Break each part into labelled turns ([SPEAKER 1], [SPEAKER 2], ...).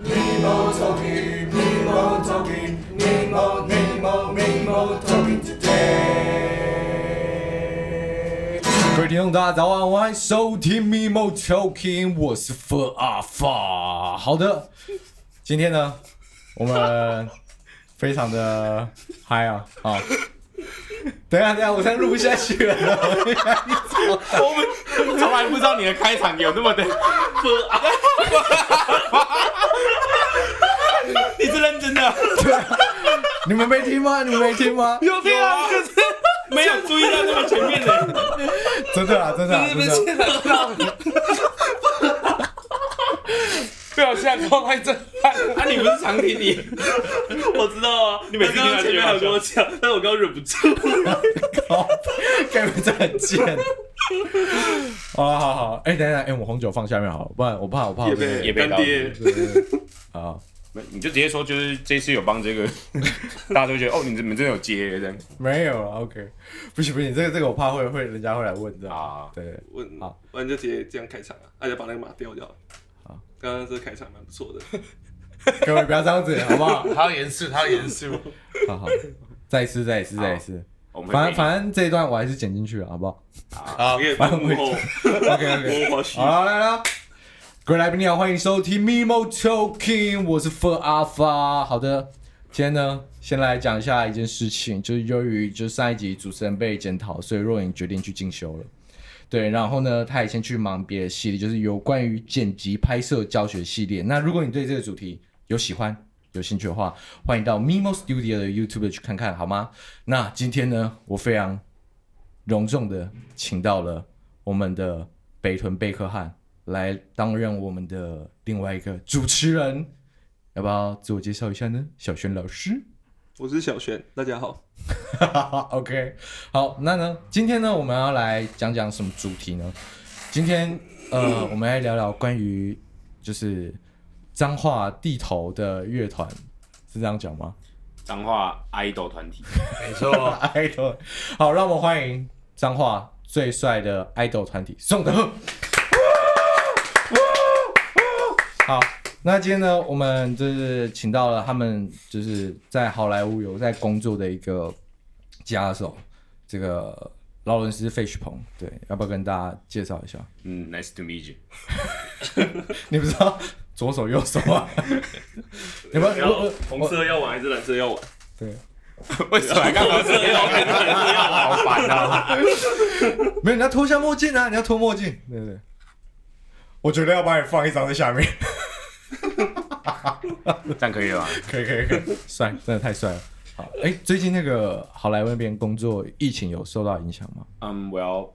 [SPEAKER 1] 你冇做嘢，你冇做嘢，你冇你冇你冇做嘢 today。
[SPEAKER 2] 各位听众，大家早安，欢迎收听《咪猫 Talking》，我是 f 阿发。好的，今天呢，我们非常的嗨啊啊！等一下，等一下，我现在录不下去了。
[SPEAKER 3] 我们从来不知道你的开场有那么的不啊！ 你是认真的？
[SPEAKER 2] 你们没听吗？你们没听吗？
[SPEAKER 3] 有对啊，就是没有注意到这么前面的。
[SPEAKER 2] 真的啊，真的啊，真的啊。
[SPEAKER 3] 被我吓到太震撼！啊，你不是常听你？
[SPEAKER 4] 我知道啊，你
[SPEAKER 3] 每次听
[SPEAKER 4] 刚
[SPEAKER 3] 他
[SPEAKER 4] 刚
[SPEAKER 3] 就
[SPEAKER 4] 前面
[SPEAKER 3] 好
[SPEAKER 4] 还跟我讲，但我刚刚忍不住。
[SPEAKER 2] 哦，盖瑞真的很贱。好了，好好，哎、等一下，哎、我红酒放下面好了，不然我怕，我怕我被
[SPEAKER 3] 也被
[SPEAKER 4] 干爹，
[SPEAKER 2] 对对对好，
[SPEAKER 3] 你就直接说，就是这次有帮这个， 大家都会觉得哦，你们真的有接这样
[SPEAKER 2] 没有了，OK，不行不行，这个这个我怕会会人家会来问，你知道吗？
[SPEAKER 3] 啊？
[SPEAKER 2] 对，
[SPEAKER 4] 我
[SPEAKER 2] 好
[SPEAKER 4] 完就直接这样开场啊，大家把那个码掉掉。
[SPEAKER 2] 好，
[SPEAKER 4] 刚刚这个开场蛮不错的。
[SPEAKER 2] 各位不要这样子，好不好？
[SPEAKER 5] 他要严肃，他要严肃。
[SPEAKER 2] 好好，再一次，再一次，
[SPEAKER 3] 好
[SPEAKER 2] 再一次，
[SPEAKER 3] 我们
[SPEAKER 2] 反
[SPEAKER 3] 会
[SPEAKER 2] 正反正这一段我还是剪进去了，好不好
[SPEAKER 4] 好，也
[SPEAKER 2] 蛮
[SPEAKER 4] 幕 后
[SPEAKER 2] ？OK
[SPEAKER 4] 幕
[SPEAKER 2] OK，
[SPEAKER 4] 后花絮
[SPEAKER 2] 好。了，来了。各位来宾你好，欢迎收听 Mimo Talking，我是 f 阿发。好的，今天呢，先来讲一下一件事情，就是由于就上一集主持人被检讨，所以若隐决定去进修了。对，然后呢，他也先去忙别的系列，就是有关于剪辑、拍摄、教学系列。那如果你对这个主题有喜欢、有兴趣的话，欢迎到 Mimo Studio 的 YouTube 去看看，好吗？那今天呢，我非常隆重的请到了我们的北屯贝克汉来担任我们的另外一个主持人，要不要自我介绍一下呢？小轩老师。
[SPEAKER 4] 我是小璇，大家好。
[SPEAKER 2] OK，好，那呢，今天呢，我们要来讲讲什么主题呢？今天呃，我们来聊聊关于就是彰化地头的乐团，是这样讲吗？
[SPEAKER 3] 脏话 idol 团体，
[SPEAKER 5] 没错，
[SPEAKER 2] idol，好，让我们欢迎彰化最帅的 idol 团体宋德赫。好，那今天呢，我们就是请到了他们就是在好莱坞有在工作的一个吉他手，这个劳伦斯·费许鹏。对，要不要跟大家介绍一下？
[SPEAKER 3] 嗯，nice to meet you。
[SPEAKER 2] 你不知道左手右手 啊？有没有？
[SPEAKER 4] 然
[SPEAKER 2] 我
[SPEAKER 4] 后
[SPEAKER 2] 我
[SPEAKER 4] 红色要玩还是蓝色要玩？
[SPEAKER 2] 对，
[SPEAKER 3] 为 什么刚刚这个 好烦啊？
[SPEAKER 2] 没有，你要脱下墨镜啊！你要脱墨镜，对不对？我觉得要把你放一张在下面。
[SPEAKER 3] 这样可以了吧？
[SPEAKER 2] 可以可以可以，帅，真的太帅了。好，哎，最近那个好莱坞那边工作，疫情有受到影响吗？
[SPEAKER 3] 嗯，Well，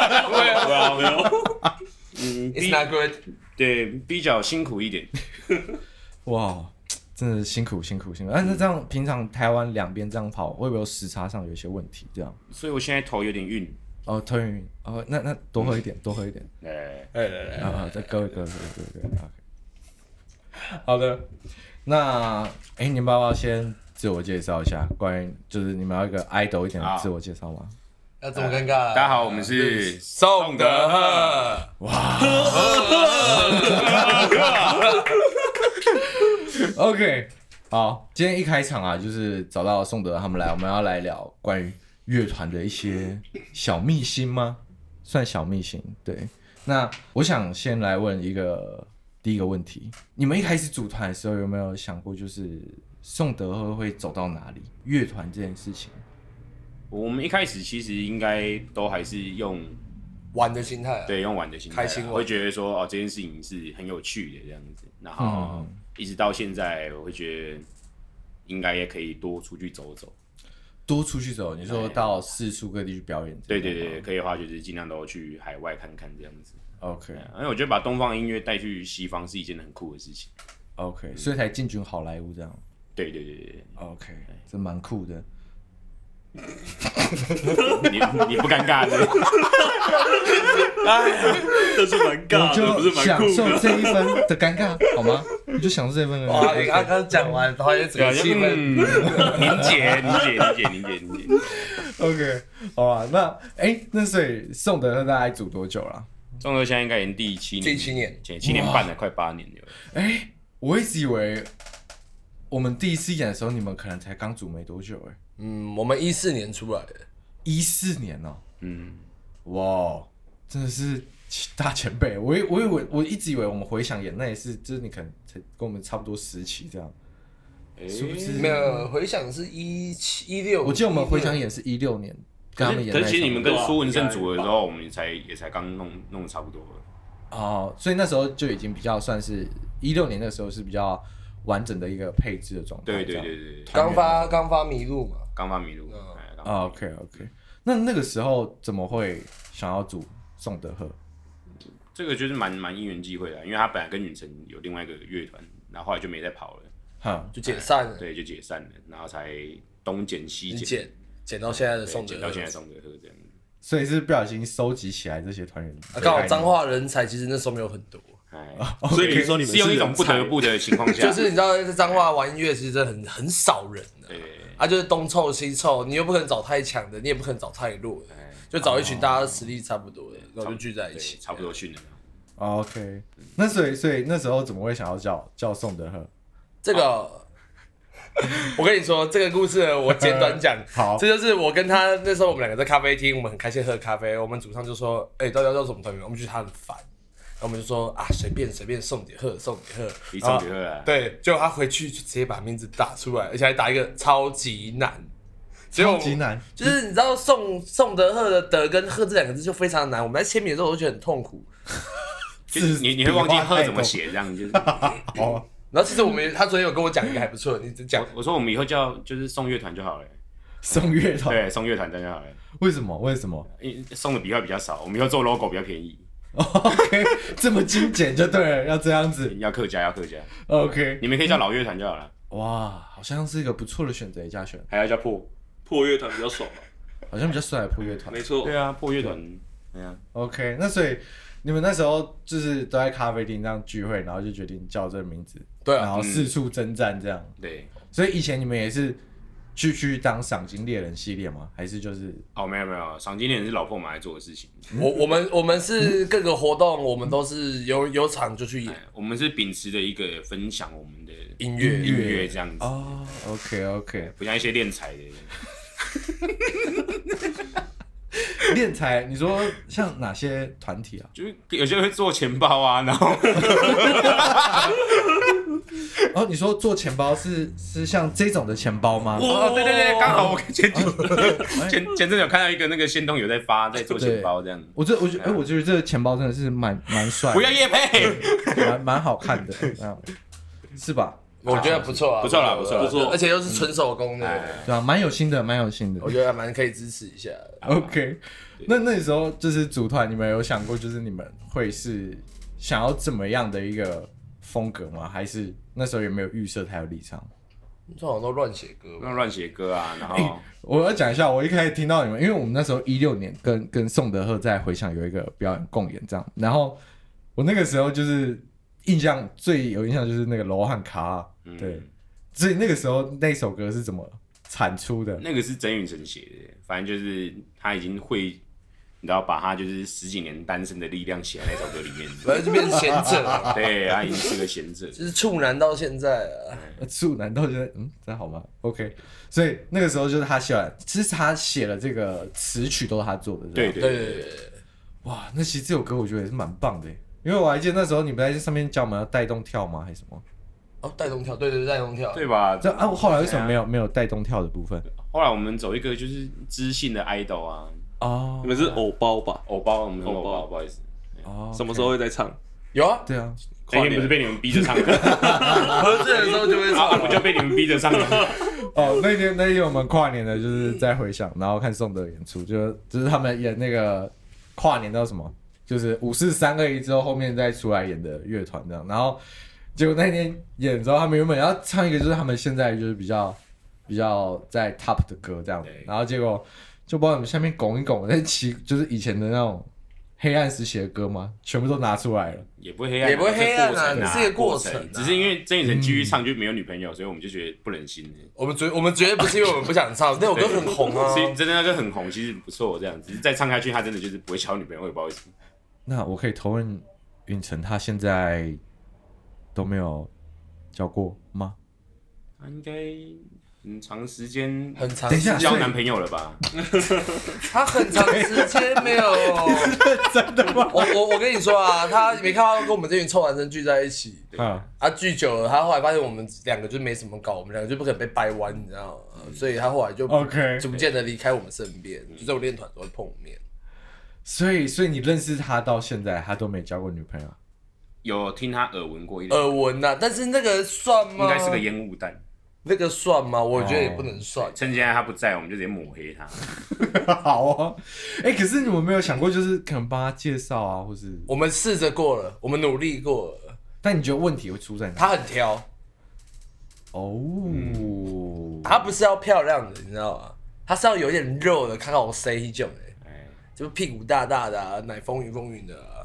[SPEAKER 4] 啊没有，
[SPEAKER 3] 嗯
[SPEAKER 5] ，It's
[SPEAKER 3] B-
[SPEAKER 5] not good。
[SPEAKER 3] 对比较辛苦一点。
[SPEAKER 2] 哇，真的辛苦辛苦辛苦。但是这样，平常台湾两边这样跑，会不会有时差上有一些问题？这样
[SPEAKER 3] 所以我现在头有点晕。
[SPEAKER 2] 哦，吞云哦，那那多喝一点，多喝一点
[SPEAKER 3] 呃，
[SPEAKER 5] 来来来，
[SPEAKER 2] 啊啊，再各位各位各位各位各位，OK。好的，那哎，你们要不要先自我介绍一下？关于就是你们要一个 idol 一点的
[SPEAKER 3] 好
[SPEAKER 2] 自我介绍吗？
[SPEAKER 5] 要这么尴尬？
[SPEAKER 3] 大家好，我们是
[SPEAKER 5] 宋德赫。
[SPEAKER 2] OK，好，今天一开场啊，就是找到宋德他们来，我们要来聊关于乐团的一些小秘辛吗？算小秘辛，对。那我想先来问一个第一个问题：你们一开始组团的时候有没有想过，就是宋德赫会走到哪里？乐团这件事情，
[SPEAKER 3] 我们一开始其实应该都还是用
[SPEAKER 5] 玩的心态啊，
[SPEAKER 3] 对用玩的心态啊，
[SPEAKER 5] 开心玩
[SPEAKER 3] 会觉得说哦这件事情是很有趣的这样子，然后
[SPEAKER 2] 嗯
[SPEAKER 3] 一直到现在，我会觉得应该也可以多出去走走。
[SPEAKER 2] 多出去走，你说
[SPEAKER 3] 哎
[SPEAKER 2] 到四处各地去表演这
[SPEAKER 3] 对
[SPEAKER 2] 样吗，
[SPEAKER 3] 对对，可以的话就是尽量都去海外看看这样子。
[SPEAKER 2] ，OK
[SPEAKER 3] 对啊因为我觉得把东方音乐带去西方是一件很酷的事情。
[SPEAKER 2] OK，所以才进军好莱坞这样。
[SPEAKER 3] 对对对对
[SPEAKER 2] OK，这蛮酷的。
[SPEAKER 3] 对，你 你不尴尬对不对？
[SPEAKER 4] 啊这是蛮
[SPEAKER 2] 我
[SPEAKER 4] 尬的，不是
[SPEAKER 2] 就
[SPEAKER 4] 蛮
[SPEAKER 2] 享
[SPEAKER 4] 酷
[SPEAKER 2] 受
[SPEAKER 4] 的。
[SPEAKER 2] 这一分的尴尬，好吗？ 你就享受这一分的
[SPEAKER 5] 哇，啊
[SPEAKER 2] 尴尬。
[SPEAKER 5] 你刚刚讲完，啊然后也整个气氛，
[SPEAKER 3] 嗯，凝结凝结凝结凝结凝结。
[SPEAKER 2] 啊 OK，好吧，那哎、那所以宋德赫大概组多久了？
[SPEAKER 3] 中和现在应该已经第七年，
[SPEAKER 5] 第七年，
[SPEAKER 3] 七七年半了，快八年了。
[SPEAKER 2] 哎、我一直以为我们第一次演的时候，你们可能才刚组没多久、哎，
[SPEAKER 5] 嗯，我们一四年出来的，
[SPEAKER 2] 一四年哦、
[SPEAKER 3] 嗯，
[SPEAKER 2] 哇，真的是大前辈。我以我以为我一直以为我们回想演那也是，就是你可能才跟我们差不多时期这样。殊不知
[SPEAKER 3] 哎，
[SPEAKER 5] 没有回想是一七一六，
[SPEAKER 2] 我记得我们回想演是一六年，跟他们演那
[SPEAKER 3] 可
[SPEAKER 2] 一
[SPEAKER 3] 是
[SPEAKER 2] 场。
[SPEAKER 3] 其实你们跟苏文胜组的时候，我们也才也才刚弄弄得差不多了。
[SPEAKER 2] 哦，所以那时候就已经比较算是一六年的时候是比较完整的一个配置的状态。
[SPEAKER 3] 对
[SPEAKER 2] 这
[SPEAKER 3] 对
[SPEAKER 2] 样
[SPEAKER 3] 对对，对
[SPEAKER 5] 刚发刚发迷路嘛，
[SPEAKER 3] 刚发迷路。
[SPEAKER 5] 嗯
[SPEAKER 3] 哎刚
[SPEAKER 2] 啊，OK OK，那那个时候怎么会想要组宋德赫？
[SPEAKER 3] 这个就是蛮蛮因缘际会的，啊因为他本来跟女神有另外一个乐团，然后后来就没再跑了，
[SPEAKER 2] 哈，
[SPEAKER 5] 就解散了，
[SPEAKER 3] 对，就解散了，然后才东减西
[SPEAKER 5] 你
[SPEAKER 3] 减，
[SPEAKER 5] 剪剪到现在的
[SPEAKER 3] 对
[SPEAKER 5] 宋哲
[SPEAKER 3] 减，到现在宋哲赫这样子。
[SPEAKER 2] 所以是不小心收集起来这些团员。
[SPEAKER 5] 啊刚好彰化人才其实那时候没有很多，
[SPEAKER 3] 哎，
[SPEAKER 4] 所以你说你们
[SPEAKER 3] 是用一种
[SPEAKER 4] 人
[SPEAKER 3] 不
[SPEAKER 4] 才
[SPEAKER 3] 得不的情 况下，
[SPEAKER 5] 就是你知道在彰化玩音乐其实真的很很少人的，
[SPEAKER 3] 对，
[SPEAKER 5] 啊，就是东凑西凑，你又不可能找太强的，你也不可能找太弱的，
[SPEAKER 3] 哎，
[SPEAKER 5] 就找一群大家实力差不多的，然后就聚在一
[SPEAKER 3] 对
[SPEAKER 5] 起，
[SPEAKER 3] 差不多训了。
[SPEAKER 2] 哦 OK，那所以所以那时候怎么会想要叫叫宋德赫？。
[SPEAKER 5] 这个，我跟你说，这个故事我简短讲
[SPEAKER 2] 好
[SPEAKER 5] 这就是我跟他那时候我们两个在咖啡厅，我们很开心喝咖啡。我们组上就说：“哎、到底要叫什么团员？”我们觉得他很烦，然后我们就说：“啊，随便随便送点喝，送点喝。”
[SPEAKER 3] 李宋哲赫啊，
[SPEAKER 5] 对，结果他回去就直接把名字打出来，而且还打一个超级难。结果我
[SPEAKER 2] 超级难
[SPEAKER 5] 就是你知道宋宋德赫的德跟赫这两个字就非常难，我们在签名的时候我就觉得很痛苦。
[SPEAKER 3] 就是你你会忘记赫怎么写，这样 就是。
[SPEAKER 2] 哦，
[SPEAKER 5] 然后其实我们他昨天有跟我讲一个还不错，你只讲
[SPEAKER 3] 我我说我们以后叫就是送乐团就好了，
[SPEAKER 2] 宋乐团？
[SPEAKER 3] 对，送乐团这样就好了，
[SPEAKER 2] 为什么？为什么
[SPEAKER 3] 因为送的比较比较少，我们以后做 logo 比较便宜，
[SPEAKER 2] ？OK，这 么精简就对了，要这样子。
[SPEAKER 3] 要客家要客家，
[SPEAKER 2] OK，
[SPEAKER 3] 你们可以叫老乐团就好了，
[SPEAKER 2] 哇，好像是一个不错的选择，嘉轩，
[SPEAKER 3] 还要叫破，
[SPEAKER 4] 破乐团比较爽嘛，
[SPEAKER 2] 好像比较帅的破乐团。
[SPEAKER 4] 没错
[SPEAKER 3] 对，啊，破乐团，对啊，
[SPEAKER 2] OK，那所以你们那时候就是都在咖啡厅这样聚会，然后就决定叫这个名字，
[SPEAKER 5] 对啊嗯
[SPEAKER 2] 然后四处征战这样。
[SPEAKER 3] 对，
[SPEAKER 2] 所以以前你们也是去去当赏金猎人系列吗？还是就是
[SPEAKER 3] 哦没有没有，赏金猎人是老破马在做的事情，
[SPEAKER 5] 我我们我们是各个活动，我们都是有有场就去演
[SPEAKER 3] 哎我们是秉持着一个分享我们的
[SPEAKER 5] 音乐，
[SPEAKER 3] 音乐这样子，
[SPEAKER 2] 哦，OK OK，
[SPEAKER 3] 不像一些练财的人，
[SPEAKER 2] 练才你说像哪些团体啊？
[SPEAKER 3] 就是有些会做钱包啊，然后
[SPEAKER 2] 哦，你说做钱包是是像这种的钱包吗？
[SPEAKER 3] 哦，对对对，刚好我前 前前阵子有看到一个那个仙东有在发在做钱包这样，
[SPEAKER 2] 我这我觉哎、我觉得这个钱包真的是蛮蛮帅的，
[SPEAKER 3] 不要夜配，
[SPEAKER 2] 蛮蛮好看 的，嗯，是吧？
[SPEAKER 5] 我觉得不错啊，
[SPEAKER 3] 不错啦不错啦
[SPEAKER 5] 不错，而且又是纯手工的，
[SPEAKER 3] 哎
[SPEAKER 2] 对啊，蛮有心的，蛮有
[SPEAKER 3] 哦
[SPEAKER 2] 心的
[SPEAKER 5] 我。觉得还蛮可以支持一下的。
[SPEAKER 3] 啊
[SPEAKER 2] OK，那那时候就是组团，你们有想过就是你们会是想要怎么样的一个风格吗？还是那时候有没有预设还有立场？
[SPEAKER 5] 这好像都乱写歌
[SPEAKER 3] 不
[SPEAKER 5] 吧，
[SPEAKER 3] 用乱写歌啊，然后
[SPEAKER 2] 我要讲一下，我一开始听到你们，因为我们那时候一六年跟跟宋德赫在回想有一个表演共演这样，然后我那个时候就是印象最有印象就是那个罗汉卡，对，
[SPEAKER 3] 嗯
[SPEAKER 2] 所以那个时候那首歌是怎么产出的？
[SPEAKER 3] 那个是曾允成写的，反正就是他已经会，你知道把他就是十几年单身的力量写在那首歌里面，
[SPEAKER 5] 反正就变成贤 者了，
[SPEAKER 3] 对，他已经是个贤者，
[SPEAKER 5] 啊就是啊处男到现在啊，
[SPEAKER 2] 呃处男都觉得嗯，这样好吗？OK，所以那个时候就是他写完，其实他写了这个词曲都是他做的，
[SPEAKER 3] 对
[SPEAKER 2] 是吧
[SPEAKER 5] 对对对，对
[SPEAKER 2] 哇，那其实这首歌我觉得也是蛮棒的耶，因为我还记得那时候你们在这上面教我们要带动跳吗，还是什么？
[SPEAKER 5] 哦，带动跳，对对对，带动跳，
[SPEAKER 3] 对吧？
[SPEAKER 2] 这啊，我后来为什么没
[SPEAKER 3] 有？
[SPEAKER 2] 有没有带动跳的部分？
[SPEAKER 3] 后来我们走一个就是知性的 idol 啊，
[SPEAKER 2] 哦
[SPEAKER 4] 你们是偶包吧？
[SPEAKER 3] 偶包，我们是偶
[SPEAKER 4] 偶
[SPEAKER 3] 包，
[SPEAKER 4] 包
[SPEAKER 3] 不好意思，
[SPEAKER 2] 哦
[SPEAKER 4] 什么时候？会再唱？
[SPEAKER 5] 有啊，
[SPEAKER 2] 对啊，
[SPEAKER 3] 那
[SPEAKER 4] 跨
[SPEAKER 3] 天不是哎
[SPEAKER 4] 年
[SPEAKER 3] 被你们逼着唱 的，
[SPEAKER 5] 喝醉的时候就会
[SPEAKER 3] 啊，
[SPEAKER 5] 唱，
[SPEAKER 3] 不就被你们逼着唱的？
[SPEAKER 2] 哦，那天那天我们跨年的就是在回想，然后看宋德演出，就就是他们演那个跨年叫什么，就是五四三二一之后，后面再出来演的乐团这样。然后结果那天演之后，他们原本要唱一个就是他们现在就是比较比较在 top 的歌这样
[SPEAKER 3] 对，
[SPEAKER 2] 然后结果就把我们下面拱一拱，那其就是以前的那种黑暗时期的歌嘛，全部都拿出来了。
[SPEAKER 3] 也不会黑暗，
[SPEAKER 5] 也不会黑暗啊
[SPEAKER 3] 这
[SPEAKER 5] 只是一个过程啊嗯
[SPEAKER 3] 只是因为曾雨辰继续唱就没有女朋友，所以我们就觉得不忍心了。
[SPEAKER 5] 我们绝我们绝对不是因为我们不想唱，那首歌很红啊
[SPEAKER 3] 所，以真的那个很红，其实不错，这样只是再唱下去，他真的就是不会交女朋友，我也不知道为什么。
[SPEAKER 2] 那我可以投问允成，他现在都没有交过吗？
[SPEAKER 3] 他应该很长时间
[SPEAKER 5] 很长
[SPEAKER 2] 等一下
[SPEAKER 5] 时间
[SPEAKER 3] 交男朋友了吧？
[SPEAKER 5] 他很长时间没有。
[SPEAKER 2] 真的吗？
[SPEAKER 5] 我我我跟你说啊，他没看到跟我们这群臭男生聚在一起，
[SPEAKER 2] 啊，
[SPEAKER 5] 他聚久了，他后来发现我们两个就没什么搞，我们两个就不可能被掰弯，你知道吗？
[SPEAKER 3] 嗯
[SPEAKER 5] 所以他后来就
[SPEAKER 2] OK
[SPEAKER 5] 逐渐的离开我们身边，就在我练团都会碰面。
[SPEAKER 2] 所以所以你认识他到现在，他都没交过女朋友？
[SPEAKER 3] 有听他耳闻过一点，
[SPEAKER 5] 耳闻呐、但是那个算吗？
[SPEAKER 3] 嗯应该是个哦烟雾弹。
[SPEAKER 5] 那个算吗？我觉得也不能算。
[SPEAKER 3] 趁现在他不在，我们就直接抹黑他。
[SPEAKER 2] 好哦， 哎、可是你们没有想过，就是可能帮他介绍啊，或是……
[SPEAKER 5] 我们试着过了，我们努力过了，
[SPEAKER 2] 但你觉得问题会出在哪？
[SPEAKER 5] 他很挑，
[SPEAKER 2] 哦，
[SPEAKER 5] 他不是要漂亮的，你知道吗？他是要有点肉的，看到我 C 一种哎，
[SPEAKER 3] 哎，
[SPEAKER 5] 就是屁股大大的、啊，奶风云风云的、啊，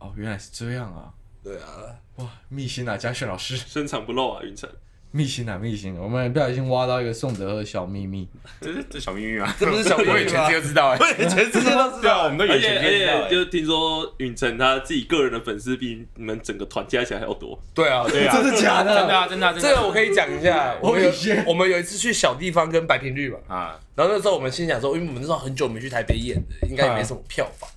[SPEAKER 2] 哦，原来是这样啊！
[SPEAKER 5] 对啊，
[SPEAKER 2] 哇，密心啊，嘉炫老师，
[SPEAKER 4] 深藏不露啊，云晨。
[SPEAKER 2] 密心啊，密心！我们不小心挖到一个宋哲的小秘密。
[SPEAKER 3] 这是这小秘密吗？
[SPEAKER 5] 这 不是小秘密吗
[SPEAKER 3] 我以前就知道哎，
[SPEAKER 5] 全世界都知
[SPEAKER 3] 对啊，
[SPEAKER 5] 道
[SPEAKER 3] 我。们都
[SPEAKER 4] 而
[SPEAKER 3] 有钱
[SPEAKER 4] 且而
[SPEAKER 3] 知道
[SPEAKER 4] 且，
[SPEAKER 3] 哎
[SPEAKER 4] 就听说允晨他自己个人的粉丝比你们整个团加起来还要多。
[SPEAKER 5] 对啊，
[SPEAKER 3] 对啊，
[SPEAKER 2] 真的假的
[SPEAKER 3] 真的啊，真的啊，真的啊。
[SPEAKER 5] 这个我可以讲一下。我们有
[SPEAKER 2] 我以前
[SPEAKER 5] 我们有一次去小地方跟白频率嘛，
[SPEAKER 3] 啊，
[SPEAKER 5] 然后那时候我们心想说，因为我们那时候很久没去台北演了，应该也没什么票房，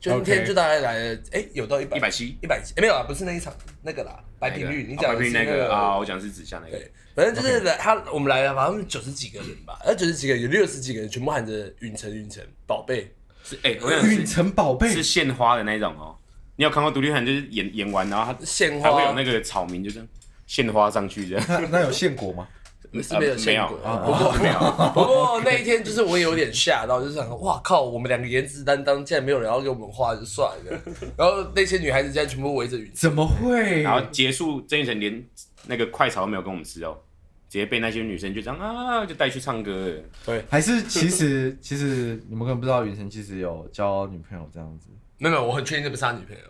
[SPEAKER 5] 就那
[SPEAKER 2] 啊 OK
[SPEAKER 5] 天就大概来了，哎，有到一百
[SPEAKER 3] 一百七，
[SPEAKER 5] 一百七，诶哎没有啦，不是那一场，那个啦，白频率，你
[SPEAKER 3] 哦
[SPEAKER 5] 讲
[SPEAKER 3] 白
[SPEAKER 5] 的
[SPEAKER 3] 频
[SPEAKER 5] 是
[SPEAKER 3] 率那
[SPEAKER 5] 个
[SPEAKER 3] 个啊，我讲的是指向那个
[SPEAKER 5] 对，反正就是来他我们来了，反正九十几个人吧，呃那九十几个有六十几个人全部喊着允晨允晨宝贝，
[SPEAKER 3] 是哎，我想
[SPEAKER 2] 运
[SPEAKER 3] 是
[SPEAKER 2] 城宝贝
[SPEAKER 3] 是献花的那种哦。你有看过独立团，就是演演完，然后他
[SPEAKER 5] 献
[SPEAKER 3] 还会有
[SPEAKER 5] 花
[SPEAKER 3] 那个草民，就这样献花上去这样。
[SPEAKER 2] 那那有献果吗？
[SPEAKER 5] 是没有
[SPEAKER 3] 呃
[SPEAKER 5] 见过，哦
[SPEAKER 3] 没有
[SPEAKER 5] 不过没有。 不过哦那一天就是我有点吓到，就是想说，哇靠，我们两个颜值担当，竟然没有人要给我们画，就算了。然后那些女孩子竟然全部围着云
[SPEAKER 2] 怎么会？
[SPEAKER 3] 然后结束，郑玉成连那个快炒都没有跟我们吃哦，直接被那些女生就这样啊，就带去唱歌了。
[SPEAKER 2] 还是其实其实你们可能不知道，云晨其实有交女朋友这样子。
[SPEAKER 5] 没有没有，我很确定这不是她女朋友。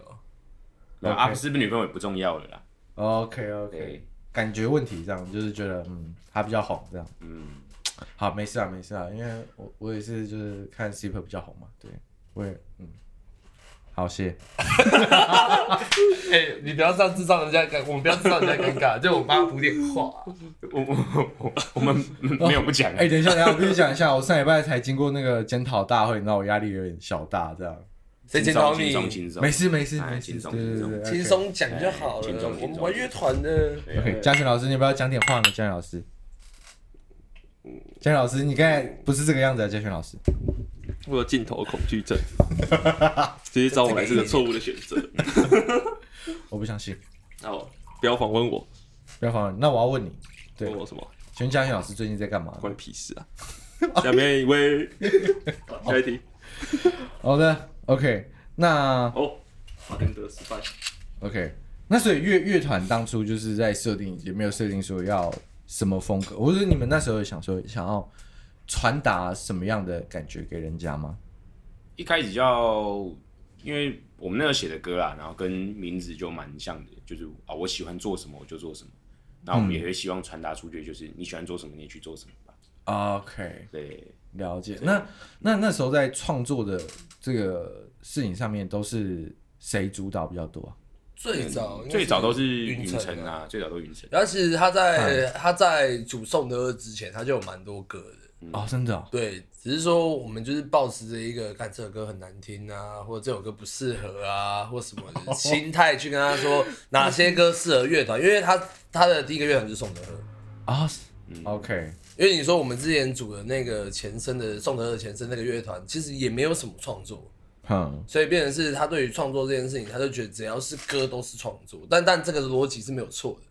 [SPEAKER 3] 然后
[SPEAKER 2] OK
[SPEAKER 3] 啊，是不是女朋友也不重要了啦。
[SPEAKER 2] OK OK，
[SPEAKER 3] 对，
[SPEAKER 2] 感觉问题这样，就是觉得嗯，他比较红这样。
[SPEAKER 3] 嗯，
[SPEAKER 2] 好，没事啊，没事啊，因为我我也是就是看 s i p e r 比较红嘛，对，我也嗯，好谢谢。
[SPEAKER 5] 哎、你不要这样制造人家尴，我们不要制造人家尴尬，就我帮她补点话。啊
[SPEAKER 3] 我我我我们 没有不讲啊
[SPEAKER 2] 哎、等一下，等一下，我必须讲一下，我上礼拜才经过那个检讨大会，你知道我压力有点小大，这样。
[SPEAKER 5] 谁
[SPEAKER 3] 轻
[SPEAKER 5] 检讨
[SPEAKER 3] 松
[SPEAKER 5] 你
[SPEAKER 3] 轻？松轻松，
[SPEAKER 2] 没事没事
[SPEAKER 3] 哦哎
[SPEAKER 2] 没事，
[SPEAKER 3] 轻松
[SPEAKER 2] 对对对
[SPEAKER 3] 轻松
[SPEAKER 2] 对，对
[SPEAKER 5] 轻。松讲就好
[SPEAKER 3] 哎轻
[SPEAKER 5] 了
[SPEAKER 3] 松。
[SPEAKER 5] 我
[SPEAKER 3] 轻
[SPEAKER 5] 们
[SPEAKER 3] 松
[SPEAKER 5] 玩乐团的，
[SPEAKER 3] 对
[SPEAKER 2] OK，嘉轩老师，你要不要讲点话呢？嘉轩老师，
[SPEAKER 3] 嗯
[SPEAKER 2] 嘉轩老师，你刚才不是这个样子啊，嘉轩老师。
[SPEAKER 4] 我有镜头恐惧症， 直接找我来是个错误的选择。
[SPEAKER 2] 我不相信，
[SPEAKER 4] 好，不要访问我，
[SPEAKER 2] 不要烦我。那我要问你，对
[SPEAKER 4] 问，我什么？
[SPEAKER 2] 请问嘉轩老师最近在干嘛？
[SPEAKER 4] 关你屁事啊！下面 一位，下一题。
[SPEAKER 2] 好的，OK，那
[SPEAKER 4] 哦，马丁德失败。
[SPEAKER 2] OK，那所以乐乐团当初就是在设定，也没有设定说要什么风格，或者是你们那时候有想说想要传达什么样的感觉给人家吗？
[SPEAKER 3] 一开始要，因为我们那时候写的歌啊啦，然后跟名字就蛮像的，就是啊，我喜欢做什么我就做什么。然
[SPEAKER 2] 嗯
[SPEAKER 3] 后我们也会希望传达出去，就是你喜欢做什么，你也去做什么吧。
[SPEAKER 2] OK，
[SPEAKER 3] 对，
[SPEAKER 2] 了解。那那那时候在创作的这个事情上面，都是谁主导比较多、啊？
[SPEAKER 5] 最早哦应
[SPEAKER 3] 嗯
[SPEAKER 5] 该
[SPEAKER 3] 最早都是
[SPEAKER 5] 云
[SPEAKER 3] 云
[SPEAKER 5] 层
[SPEAKER 3] 层啊，嗯最早都云层。
[SPEAKER 5] 然后其实他在、他在主送的之前，他就有蛮多歌的。
[SPEAKER 2] 哦，真的、哦，
[SPEAKER 5] 对，只是说我们就是抱持着一个，看这首歌很难听啊，或者这首歌不适合啊，或什么的心态去跟他说哪些歌适合乐团，因为他他的第一个乐团就是宋德赫，
[SPEAKER 2] 啊、o k
[SPEAKER 5] 因为你说我们之前组的那个前身的宋德赫前身那个乐团，其实也没有什么创作，
[SPEAKER 2] 哼，
[SPEAKER 5] 所以变成是他对于创作这件事情，他就觉得只要是歌都是创作，但但这个逻辑是没有错的。